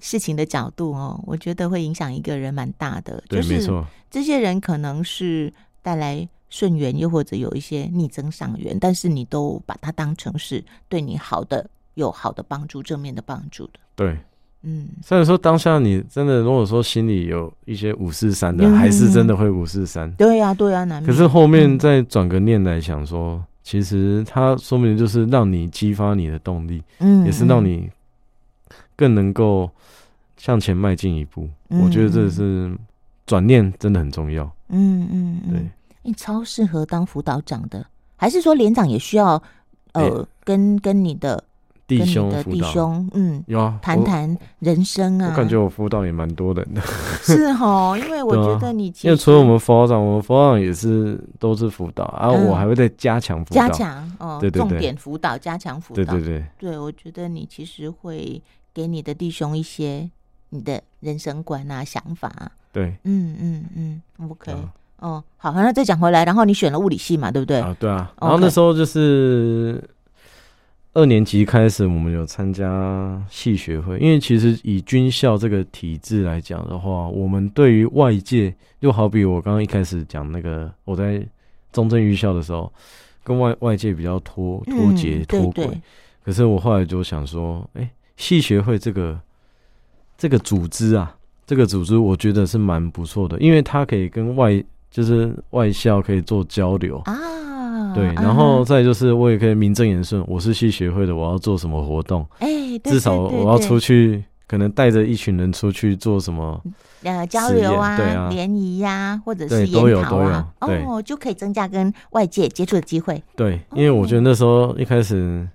事情的角度哦，我觉得会影响一个人蛮大的。
对，
就
没
是
错，
这些人可能是带来顺缘，又或者有一些逆增上缘，但是你都把它当成是对你好的，有好的帮助，正面的帮助的。
对，
嗯，
虽然说当下你真的如果说心里有一些五四三的，
嗯
还是真的会五四三。
对呀、对呀、难免。
啊可是后面
嗯
再转个念来想说，其实它说明就是让你激发你的动力，
嗯，
也是让你更能够向前迈进一步。
嗯，
我觉得这是转念真的很重要。
嗯，嗯嗯
对
嗯，你超适合当辅导长的，还是说连长也需要呃、跟跟你的
弟兄
跟你的
辅
弟
导
兄嗯
有啊，
谈
我
谈人生
我
啊？
感觉我辅导也蛮多人的，
是哈，因为我
对啊
觉得你其
因为除了我
实
们辅导长，我们辅导长也是都是辅导，然、啊、后、
嗯
我还会再加强辅
加
导。
强哦，
对对对
重点辅导加强辅导，
对对对，
对，我觉得你其实会给你的弟兄一些你的人生观啊、想法啊。
对，
嗯嗯嗯，OK，、
啊
哦，好，那再讲回来，然后你选了物理系嘛，对不对？
啊对啊。
OK
然后那时候就是二年级开始，我们有参加系学会，因为其实以军校这个体制来讲的话，我们对于外界，就好比我刚刚一开始讲那个我在中正预校的时候，跟外外界比较脱脱节、
嗯、
脱
对
轨。
对，
可是我后来就想说，哎、戏学会这个这个组织啊，这个组织我觉得是蛮不错的，因为它可以跟外就是外校可以做交流。
啊，
对，
啊
然后
哈
再就是我也可以名正言顺，我是戏学会的，我要做什么活动，
哎、对
至少我要出
去
去，可能带着一群人出去做什么，
呃交
实
流
验
啊
对啊、
联谊呀，或者
对
是
都有
研讨啊，
都有对
哦，就可以增加跟外界接触的机会。
对，因为我觉得那时候一开始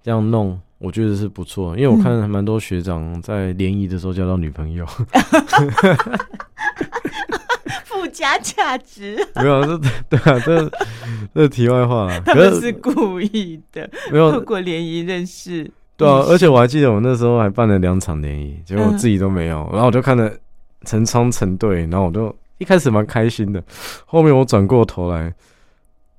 这样弄，我觉得是不错，因为我看还蛮多学长在联谊的时候交到女朋友，
附加价值，
没有，这对啊，这这题外话啦。
他
可
们是故意的，
没
透
有
过联谊认识。
对啊，而且我还记得我那时候还办了两场联谊，结果我
嗯
自己都没有，然后我就看着成双成对，然后我就一开始蛮开心的，后面我转过头来，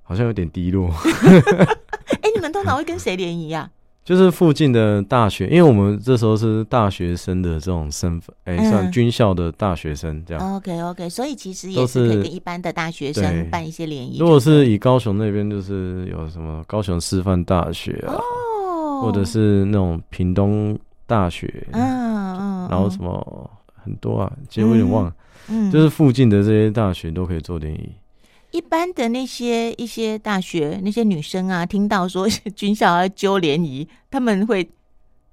好像有点低落。
哎，你们通常会跟谁联谊啊？
就是附近的大学，因为我们这时候是大学生的这种身份，哎、
嗯哦
算军校的大学生这样。
OK OK，所以其实
啊都
也是可以
是
跟一般的大学
对
生办一些联谊。
如果是以高雄那边，就是有什么高雄师范大学啊，
哦，
或者是那种屏东大学，
嗯嗯，
然后什么很多啊，其实我有点忘了，
嗯，
就是附近的这些大学都可以做联谊。
一般的那些一些大学那些女生啊，听到说军校要揪联谊，他们会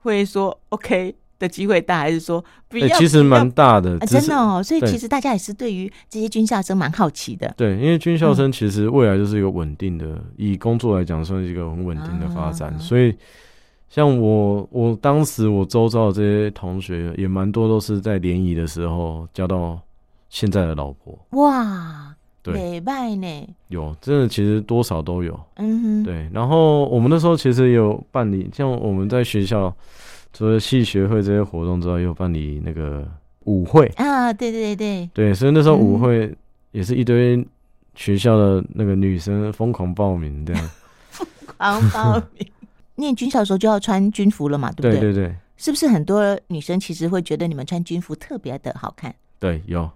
会说 OK 的机会大，还是说不
对，
要？
哎其实
不要
蛮大的，
啊，
只
真
是
的哦，所以
对
其实大家也是对于这些军校生蛮好奇的。
对，因为军校
嗯
生其实未来就是一个稳定的，以工作来讲算是一个很稳定的发展，
啊
所以。像我，我当时我周遭的这些同学也蛮多都是在联谊的时候交到现在的老婆，
哇，
对
美拜呢，
有真的其实多少都有。
嗯哼，
对，然后我们那时候其实也有办理，像我们在学校除了系学会这些活动之外，也有办理那个舞会。
啊，对对对
对，所以那时候舞
嗯
会也是一堆学校的那个女生疯狂报名这样。
对，狂报名。念军校的时候就要穿军服了嘛， 对不
对对对
是不是很多女生其实会觉得你们穿军服特别的好看？
对，有，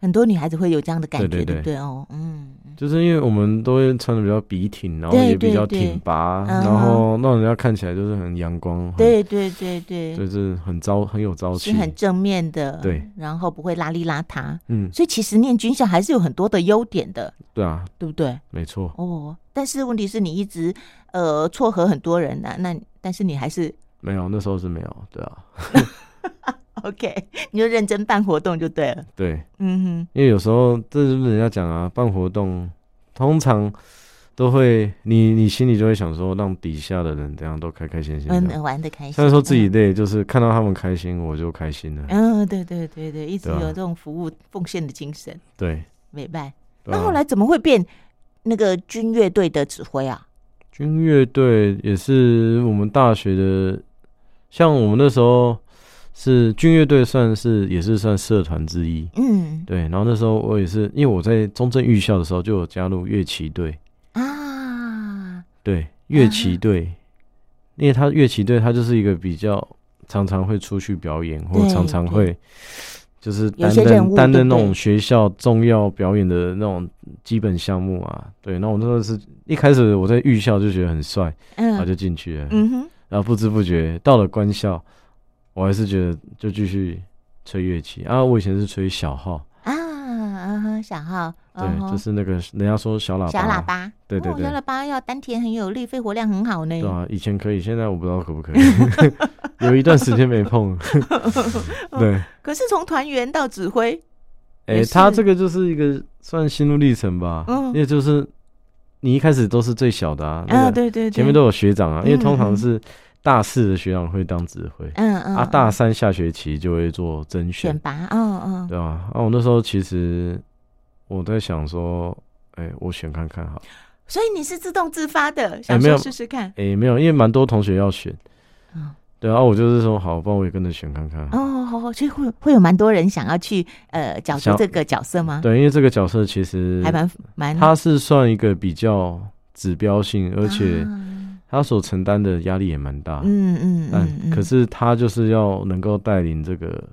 很多女孩子会有这样的感觉，
对对对
不对？哦，嗯，嗯
就是因为我们都会穿的比较笔挺，然后
对
也比
对
较
对
挺拔，
嗯
然后让人家看起来就是很阳光，很，
对对对对，
就是很朝很有朝
是
气，
很正面的，
对，
然后不会邋里邋遢，
嗯，
所以其实念军校还是有很多的优点的，
对啊，
对不对？
没错，
哦，但是问题是你一直呃撮合很多人啊，那但是你还是
没有那时候是没有，对啊，
OK，你就认真办活动就对了，
对，
嗯
因为有时候这就是人家讲啊，办活动通常。都会，你你心里就会想说，让底下的人怎样都开开心心
哼，
的。
嗯，玩的 开心，
虽然说自己累，就是看到他们开心，我就开心了。
嗯，嗯，对对对对，一直
对啊
有这种服务奉献的精神，
对，
美拜。
对啊
那后来怎么会变那个军乐队的指挥啊？
军乐队也是我们大学的，像我们那时候是军乐队，算是也是算社团之一。
嗯
对，然后那时候我也是，因为我在中正预校的时候就有加入乐旗队，
啊，
对，乐旗队，因为他乐旗队他就是一个比较常常会出去表演，或
对
常常会就是
有
担
些任
任
务
担任
对不
那
对
种学校重要表演的那种基本项目啊。对，那我那时候是一开始我在预校就觉得很帅，然后
嗯
就进去了，
嗯哼，
然后不知不觉到了官校，我还是觉得就继续吹乐器啊。我以前是吹小号，
啊啊哈，小号，嗯
对，
哼
就是那个人家说小喇叭，
小喇，叭，
对对
哦
对
小喇叭要丹田很有力，肺活量很好呢。
对啊，以前可以，现在我不知道可不可以， 有一段时间没 碰。对，
可是从团员到指挥，
哎、
也是
他这个就是一个算心路历程吧，
嗯
因为就是你一开始都是最小的啊，那
啊，
个
对对对，
前面都有学长啊，因为
嗯
通
嗯嗯
常是大四的学长会当指挥，
嗯嗯
啊，
嗯
大三下学期就会做甄选，
选拔，嗯嗯，
对吧、啊？我那时候其实我在想说，哎、我选看看好，
所以你是自动自发的，想
没
说
有
试试看，
哎、没有，因为蛮多同学要选，
嗯
对啊，我就是说好，不然我也跟着选看看。
哦，好好，所以会会有蛮多人想要去呃角逐
想
这个角色吗？
对，因为这个角色其实
啊还蛮蛮，
他是算一个比较指标性，而且
啊
他所承担的压力也蛮大。
嗯嗯嗯
啊但
嗯，
可是他就是要能够带领这个，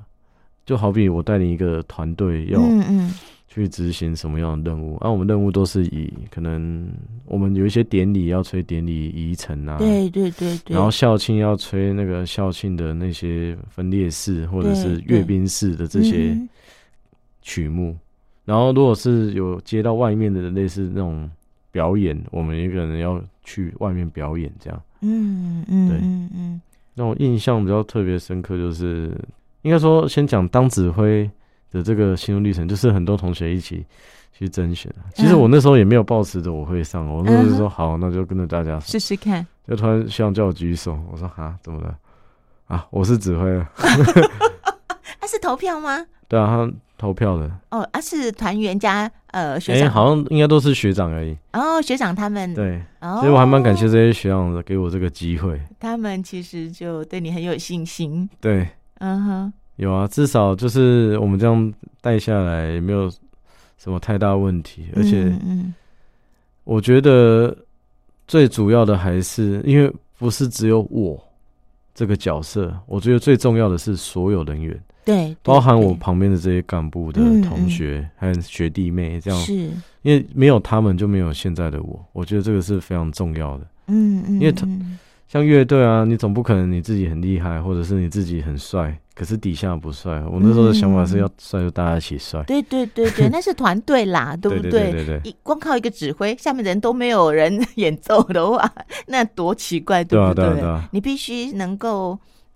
就好比我带领一个团队要
嗯嗯
去执行什么样的任务，啊那、我们任务都是以可能我们有一些典礼要吹典礼仪程啊，
对对对对，
然后校庆要吹那个校庆的那些分列式或者是
对
阅兵式的这些
嗯
曲目，然后如果是有接到外面的类似那种表演，我们一个人要去外面表演这样。
嗯嗯
对
嗯嗯
让我印象比较特别深刻，就是应该说先讲当指挥的这个心路历程，就是很多同学一起去甄选
嗯
啊。其实我那时候也没有抱持着我会上，我那时候就说好，那就跟着大家上。
试试看，
就突然学长叫我举手，我说哈，怎么了？啊，我是指挥了。
啊是投票吗？
对啊，他投票的，
哦啊是团员加呃学
哎、
长，
好像应该都是学长而已。
哦学长他们，
对，
哦，
所以我还蛮感谢这些学长的给我这个机会。
他们，其实就对你很有信心，
对，
嗯哼。
有啊，至少就是我们这样带下来也没有什么太大问题，而且、
嗯嗯
我觉得最主要的还是因为不是只有我这个角色，我觉得最重要的是所有人员，
对，
包含我
对
旁边的这些干部的
嗯
同学还有学弟妹，这样，
是，
因为没有他们就没有现在的我，我觉得这个是非常重要的。
嗯嗯，
因为他
嗯
像乐队啊，你总不可能你自己很厉害，或者是你自己很帅，可是底下不帅。我那时候的想法是要帅就大家一起帅，
对对对对，那是团队 啦，嗯对
对
不
对对对对。
一光靠一个指挥，下面人都没有人 演奏的话，那多奇怪，
对
不
啊，
对？
对啊，对啊，
你必须能够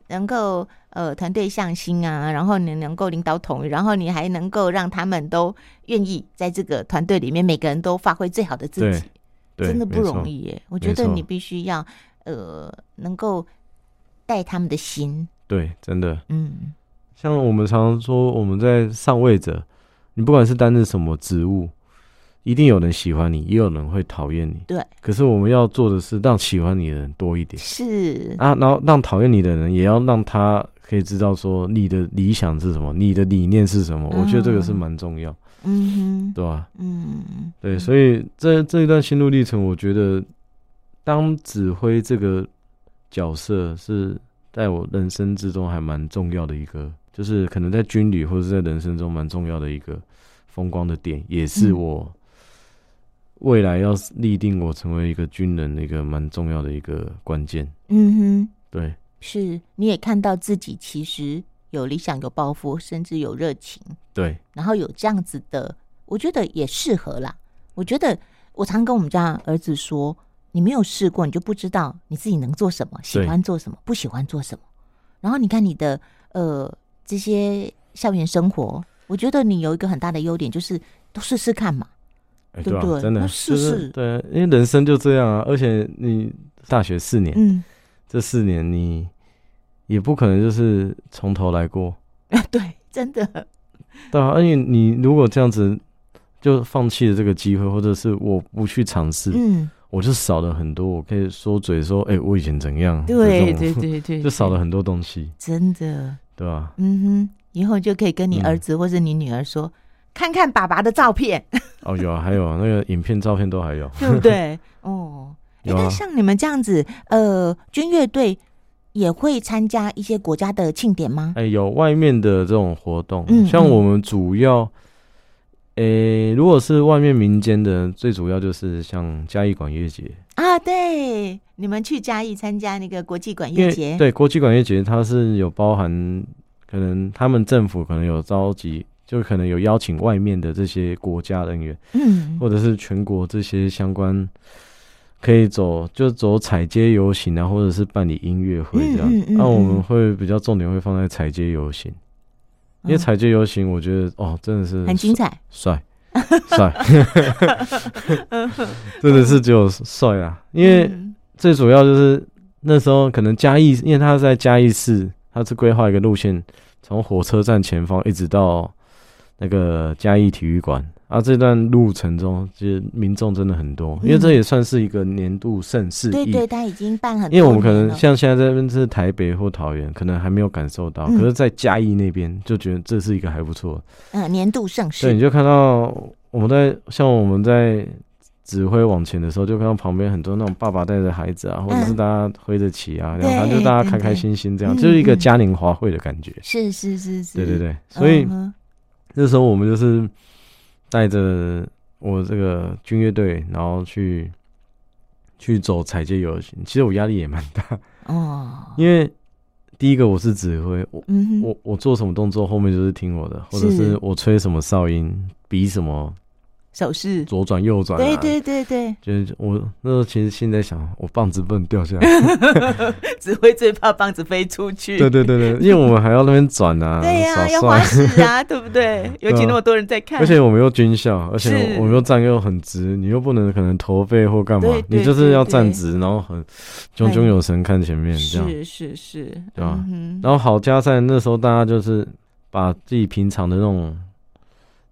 能够呃团队向心啊，然后你能够领导统一，然后你还能够让他们都愿意在这个团队里面，每个人都发挥最好的自己
对。对，
真的不
没错
容。易耶。我觉
没
得
错
你必须要呃，能够带他们的心，
对，真的。
嗯
像我们常常说，我们在上位者，你不管是担任什么职务，一定有人喜欢你，也有人会讨厌你。
对。
可是我们要做的是让喜欢你的人多一点
是，
啊，然后让讨厌你的人也要让他可以知道说你的理想是什么，你的理念是什
啊
么。我觉得这个是蛮重要，
嗯哼，
对吧、
嗯，
对，所以这这一段心路历程，我觉得当指挥这个角色是在我人生之中还蛮重要的一个，就是可能在军旅或者在人生中蛮重要的一个风光的点，也是
嗯
我未来要立定我成为一个军人的一个蛮重要的一个关键。
嗯哼，
对，
是，你也看到自己其实有理想、有抱负，甚至有热情，
对，
然后有这样子的，我觉得也适合啦。我觉得我常跟我们家儿子说，你没有试过，你就不知道你自己能做什么，喜欢做什么，不喜欢做什么。然后你看你的呃这些校园生活，我觉得你有一个很大的优点就是都试试看嘛。
哎、
对
对吧、
不对
真的
那试
就是
试
对，因为人生就这样啊，而且你大学四年，
嗯，
这四年你也不可能就是从头来过，
对，真的，
对啊，而且你如果这样子就放弃了这个机会，或者是我不去尝试，
嗯，
我就少了很多。我可以说嘴说，哎、我以前怎样，
对
这种
对对对，
就少了，很多东西，
真的，
对吧、
嗯哼，以后就可以
嗯
跟你儿子或者你女儿说，看看爸爸的照片，
哦，有啊，还有啊，那个影片、照片都还有，
对不对？哦，哎，
有啊
那像你们这样子，呃，军乐队也会参加一些国家的庆典吗？
哎、有外面的这种活动，
嗯
像
嗯
我们主要，哎、如果是外面民间的，最主要就是像嘉义管乐节，
啊，对，你们去嘉义参加那个国际管
因
乐
为
节，
对国际管乐节，它是有包含可能他们政府可能有召集，就可能有邀请外面的这些国家人员，
嗯，
或者是全国这些相关可以走就走踩街游行啊，或者是办理音乐会这样。那、
嗯嗯嗯
我
嗯
们会比较重点会放在踩街游行，因为
嗯
踩街游行，我觉得哦真的是
很精彩，
帅帅， 真的是只有帅啊！因为
嗯
最主要就是那时候可能嘉义，因为他是在嘉义市，他是规划一个路线，从火车站前方一直到那个嘉义体育馆。啊，这段路程中，其实民众真的很多，因为
嗯
这也算是一个年度盛事
对
意。
对，他已经办很多
因
年了，
为我们可能像现在这边是台北或桃园，可能还没有感受到，
嗯
可是，在嘉义那边就觉得这是一个还不错的
嗯年度盛
对，你
事，
就看到我们在像我们在指挥往前的时候，就看到旁边很多那种爸爸带着孩子啊，或者是
嗯
大家挥着旗啊，然后反
对
正就大
对
家开开
对
心心这样，
嗯
就是一个
嗯
嘉年华会的感觉。
是是是是，
对对，对，所以
嗯
那时候我们就是带着我这个军乐队，然后去去走踩街游行。其实我压力也蛮大，
哼哦，
因为第一个我是指挥，我
嗯哼，
我我做什么动作，后面就是听我的，或者
是
是我吹什么哨音，比什么
手势，
左转右转、啊，
对对对对，
就是我那时候其实现在想，我棒子不能掉下 来。
只会最怕棒子飞出去，
对对对对，因为我们还要那边转啊，
对呀、
耍
要
帅
滑。雪啊，对不 对？尤其
对啊
那么多人在看，
而且我们又军校，而且
是
我们又站又很直，你又不能可能驼背或干嘛
对，对
你就是要站直，然后很炯炯有神看前面这样。
是是是，
对吧
嗯哼
然后好加赛那时候大家就是把自己平常的那种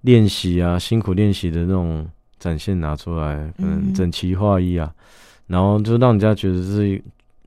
练习啊，辛苦练习的那种展现拿出来，可
嗯
能整齐划一啊，然后就让人家觉得是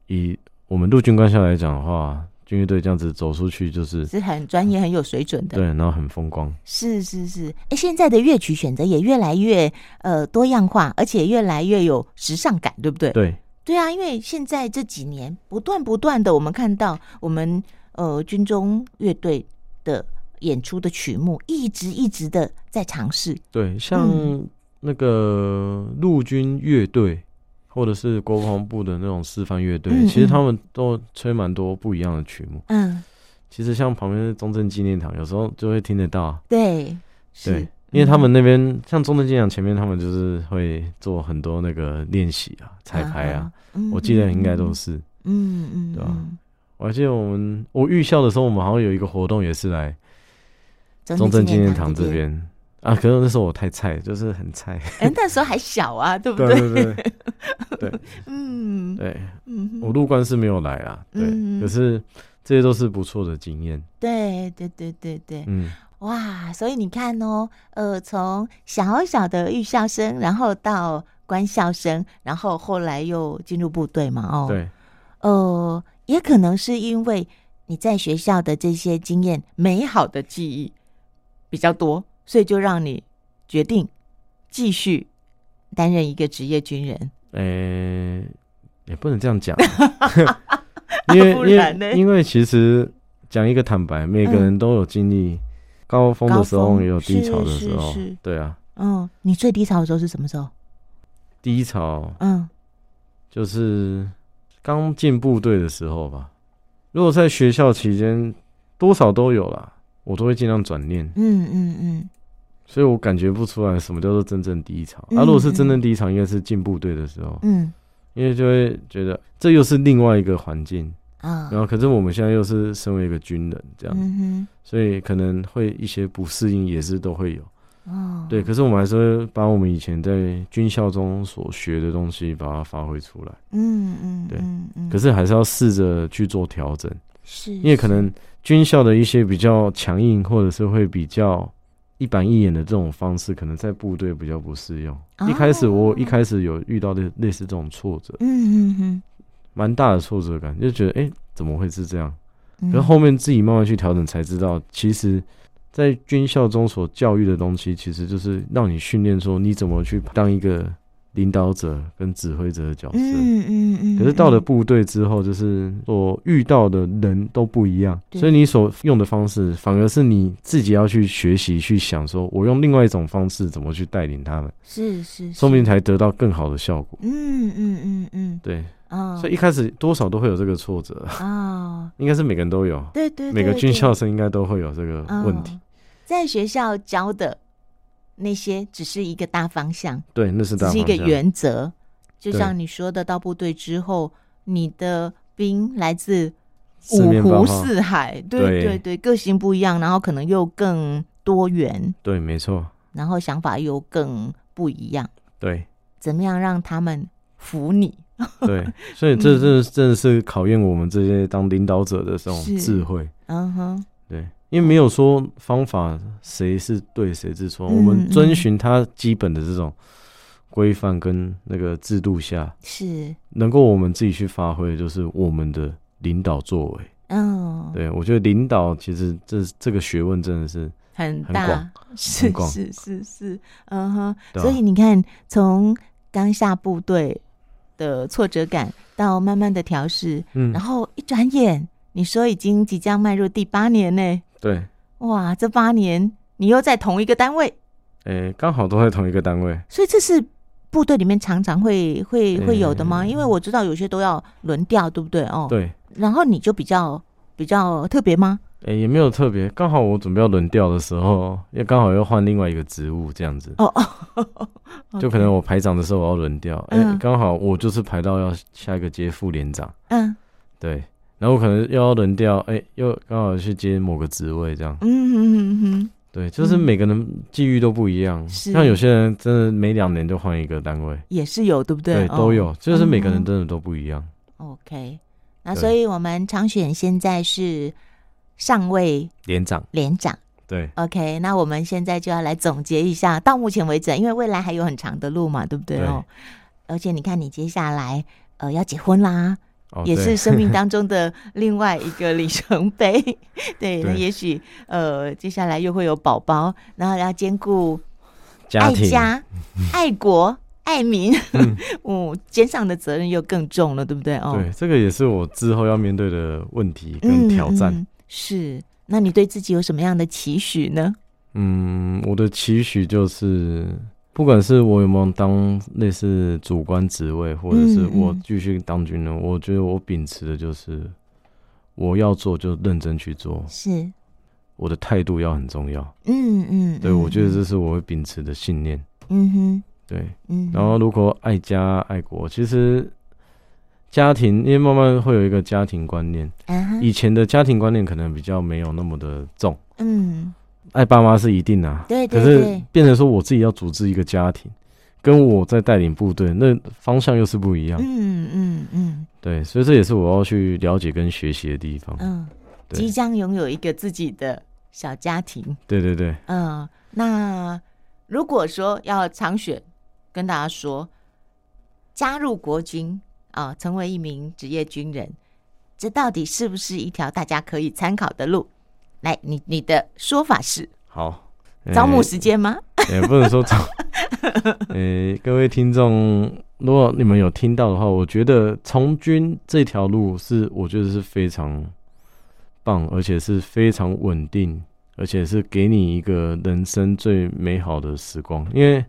以我们陆军官校来讲的话，军乐队这样子走出去就是
是很专业、很有水准
对，
的，
然后很风光。
是是是。哎，现在的乐曲选择也越来越呃多样化，而且越来越有时尚感，对不对？
对，
对啊，因为现在这几年不断不断的，我们看到我们呃军中乐队的演出的曲目，一直一直的在尝试，
对，像
嗯
那个陆军乐队，或者是国防部的那种示范乐队，
嗯
其实他
嗯
们都吹蛮多不一样的曲目。
嗯，
其实像旁边的中正纪念堂，有时候就会听得到啊。
对，是
对，因为他们
嗯
那边、像中正纪念堂前面，他们就是会做很多那个练习啊、彩排啊，，
嗯
我记得应该都，是。
嗯嗯，
对啊
嗯
我还记得我们我预校的时候，我们好像有一个活动也是来中
中
正纪念
堂
堂这。边啊，可是那时候我太菜，就是很菜。
哎，那时候还小啊， 对不
对
对？
对对
嗯，
对，
嗯
我入关是没有来啦，对，
嗯
可是这些都是不错的经验。
对对对对对，
嗯，
哇！所以你看哦，呃，从小小的预校生，然后到官校生，然后后来又进入部队嘛，哦，，
对
呃，也可能是因为你在学校的这些经验、美好的记忆比较多，所以就让你决定继续担任一个职业军人。
诶、呃也不能 这样讲啊，因
不
为因
然呢嗯
为因为其实讲一个坦白，每个人都有经历高峰的时
高
候，
峰
也有低潮的
是
时候
是是，
对啊，
嗯，你最低潮的时候是什么时候？
低潮
嗯，
就是刚进部队的时候吧。如果在学校期间，多少都有啦，我都会尽量转念，
嗯嗯嗯，
所以我感觉不出来什么叫做真正低潮。
嗯
啊，如果是真正低潮，应该是进部队的时候，
嗯
因为就会觉得这又是另外一个环境。
啊，
然后，可是我们现在又是身为一个军人这样，
嗯
所以可能会一些不适应，也是都会有。
哼，哦，
对，可是我们还是会把我们以前在军校中所学的东西，把它发挥出来。
嗯嗯，
对
嗯嗯，
可是还是要试着去做调整，
是
因为可能军校的一些比较强硬，或者是会比较一板一眼的这种方式，可能在部队比较不适用。
哦
一开始我一开始有遇到类类似这种挫折，
嗯嗯
蛮大的挫折感，就觉得诶怎么会是这样？
嗯，
可是后面自己慢慢去调整，才知道，其实，在军校中所教育的东西，其实就是让你训练说你怎么去当一个领导者跟指挥者的角色。
嗯嗯嗯。
可是到了部队之后，就是所遇到的人都不一样，
对
所以你所用的方式，反而是你自己要去学习，去想说，我用另外一种方式怎么去带领他们，
是是，
说不定
是
才得到更好的效果。
嗯嗯嗯嗯，
对，
哦，
所以一开始多少都会有这个挫折，
哦，
应该是每个人都有，
对对，
每个
对
军
对
校生应该都会有这个问题。
嗯在学校教的那些只是一个大方向，
对，那是大
只是一
方
个
向
原则。就
对
像你说的，到部队之后，你的兵来自
四
五
面八
湖
方
四海，对
对
对对，个性不一样，然后可能又更多元，
对，没错，
然后想法又更不一样。
对
怎么样让他们服你？
对，所以这这真的是考验我们这些当领导者的这种
是
智慧。
嗯哼，
对，因为没有说方法谁是对谁是错，
嗯
我们遵循它基本的这种规范跟那个制度下，
是，
能够我们自己去发挥，就是我们的领导作为。
嗯，
对我觉得领导其实这这个学问真的是
很
很
大
广，
是
很广
是是是，嗯哼。
对啊
所以你看，从刚下部队的挫折感，到慢慢的调试，
嗯
然，后一转眼，你说已经即将迈入第八年呢，
对，
哇，这八年你又在同一个单位，
诶、刚好都在同一个单位。
所以这是部队里面常常会会会有的吗？
嗯
因为我知道有些都要轮调，对不对？哦，。
对，
然后你就比较比较特别吗？
诶、哎也没有特别，刚好我准备要轮调的时候，也刚好又换另外一个职务，这样子，
哦哦，
就可能我排长的时候我要轮调，诶、
嗯
刚、好我就是排到要下一个接副连长，
嗯
对，然后我可能又要轮调，诶、又刚好去接某个职位，这样
嗯，嗯嗯
对，就是
嗯
每个人际遇都不一样，
是
像有些人真的每两年就换一个单位，
也是有，对不对？
对，
哦
都有，就是每个
嗯
人
嗯
真的都不一样，
OK，那
对
所以我们常选现在是上位
连长，
连长。
对，
OK，那我们现在就要来总结一下，到目前为止，因为未来还有很长的路嘛，对不对
对
哦？而且你看，你接下来呃要结婚啦，
哦，
也
对
是生命当中的另外一个里程碑。 对，那
对
也许呃接下来又会有宝宝，然后要兼顾
家
爱
庭，
家、爱国、爱民， 嗯，肩上的责任又更重了，对不对？哦，
对，这个也是我之后要面对的问题跟挑战。
嗯嗯是，那你对自己有什么样的期许呢？
嗯，我的期许就是，不管是我有没有当类似主官职位，或者是
嗯嗯
我继续当军人，我觉得我秉持的就是，我要做就认真去做，
是，
我的态度要很重要。
嗯嗯，
对，
嗯
我觉得这，是我会秉持的信念。
嗯哼，
对，
嗯哼，
然后如果爱家爱国，其实家庭，因为慢慢会有一个家庭观念，
啊哈，
以前的家庭观念可能比较没有那么的重，
嗯，
爱爸妈是一定啊，
对
可
对
是
对，
变成说我自己要组织一个家庭，跟我在带领部队，那方向又是不一样。
嗯嗯嗯
对，所以这也是我要去了解跟学习的地方。
嗯，
对
即将拥有一个自己的小家庭，
对对对，
嗯，那如果说要常选，跟大家说，加入国军啊、成为一名职业军人，这到底是不是一条大家可以参考的路？来，你你的说法是
好。
招募
呃
时间吗？
也、不能说 招。呃，各位听众，如果你们有听到的话，我觉得从军这条路是我觉得是非常棒，而且是非常稳定，而且是给你一个人生最美好的时光。因为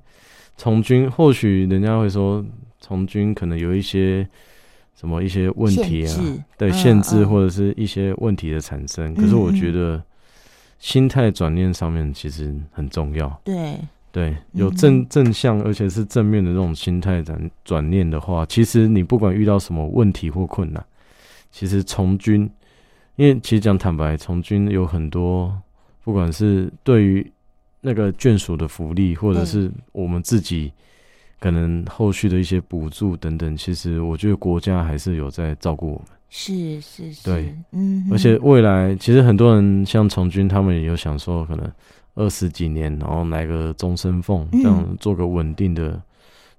从军，或许人家会说从军可能有一些什么一些问题啊
限，制
对
嗯
限制
嗯
或者是一些问题的产生。
嗯
可是我
嗯
觉得心态转念上面其实很重要。
对，
对，有
嗯
正正向，而且是正面的这种心态转转念的话，其实你不管遇到什么问题或困难，其实从军，因为其实讲坦白，从军有很多，不管是对于那个眷属的福利，或者
对
是我们自己可能后续的一些补助等等，其实我觉得国家还是有在照顾我们。
是是是，
对，
嗯哼，
而且未来其实很多人像从军，他们也有想说，可能二十几年，然后来个终身俸，
嗯
这样做个稳定的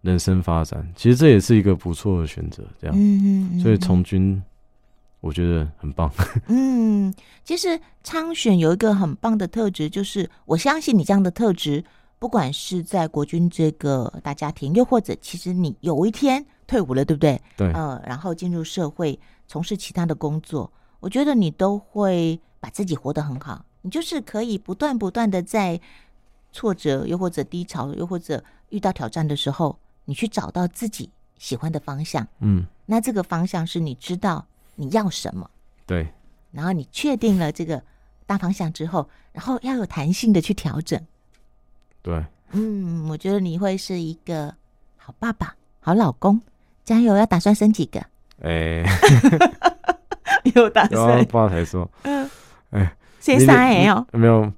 人生发展。其实这也是一个不错的选择，这样。
嗯嗯，
所以从军，我觉得很棒。
嗯，其实昌选有一个很棒的特质，就是我相信你这样的特质，不管是在国军这个大家庭，又或者其实你有一天退伍了，对不对？
对，
呃，然后进入社会，从事其他的工作，我觉得你都会把自己活得很好。你就是可以不断不断的在挫折，又或者低潮，又或者遇到挑战的时候，你去找到自己喜欢的方向。
嗯，
那这个方向是你知道你要什么，
对，
然后你确定了这个大方向之后，然后要有弹性的去调整。
对，
嗯，我觉得你会是一个好爸爸、好老公。加油！要打算生几 个？
哎、
有打
然后爸才说
生
明
三
年
个哦。
没有，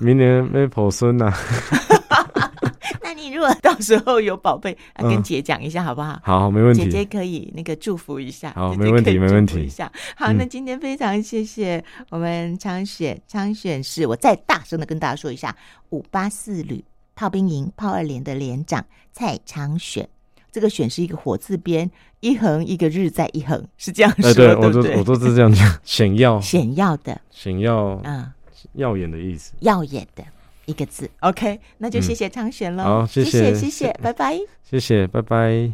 明年没婆孙啊呐、
那你如果到时候有宝贝，啊、跟
嗯
姐讲一下好不好？
好，没问
姐
题，
姐可以那个祝福一下，
好
姐姐
没问题
可以
没
祝
问
福
题
一下，好，
嗯
那今天非常谢谢我们昌选，昌选是我再大声的跟大家说一下，五八四旅炮兵营炮二连的连长蔡昌选。这个“选”是一个火字边，一横一个日，在一横，是这样
哎、
说，
对我
不
都我
对？
都是这样讲， 显耀
显耀的，
显耀
嗯，
耀眼的意思。
耀眼的一个字。OK，那就谢谢昌选喽、
嗯好谢
谢，
谢
谢谢，拜拜。
谢谢，拜拜。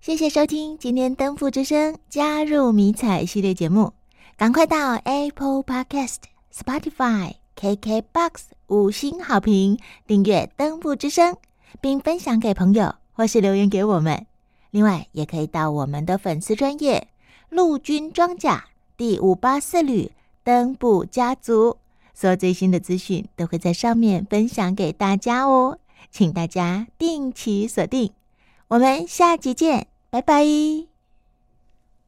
谢谢收听今天《登富之声》加入迷彩系列节目，赶快到 Apple Podcast、Spotify、KKBox 五星好评订阅《登富之声》，并分享给朋友或是留言给我们。另外，也可以到我们的粉丝专业陆军装甲第五八四旅登部家族，所有最新的资讯都会在上面分享给大家哦，请大家定期锁定。我们下集见，拜拜。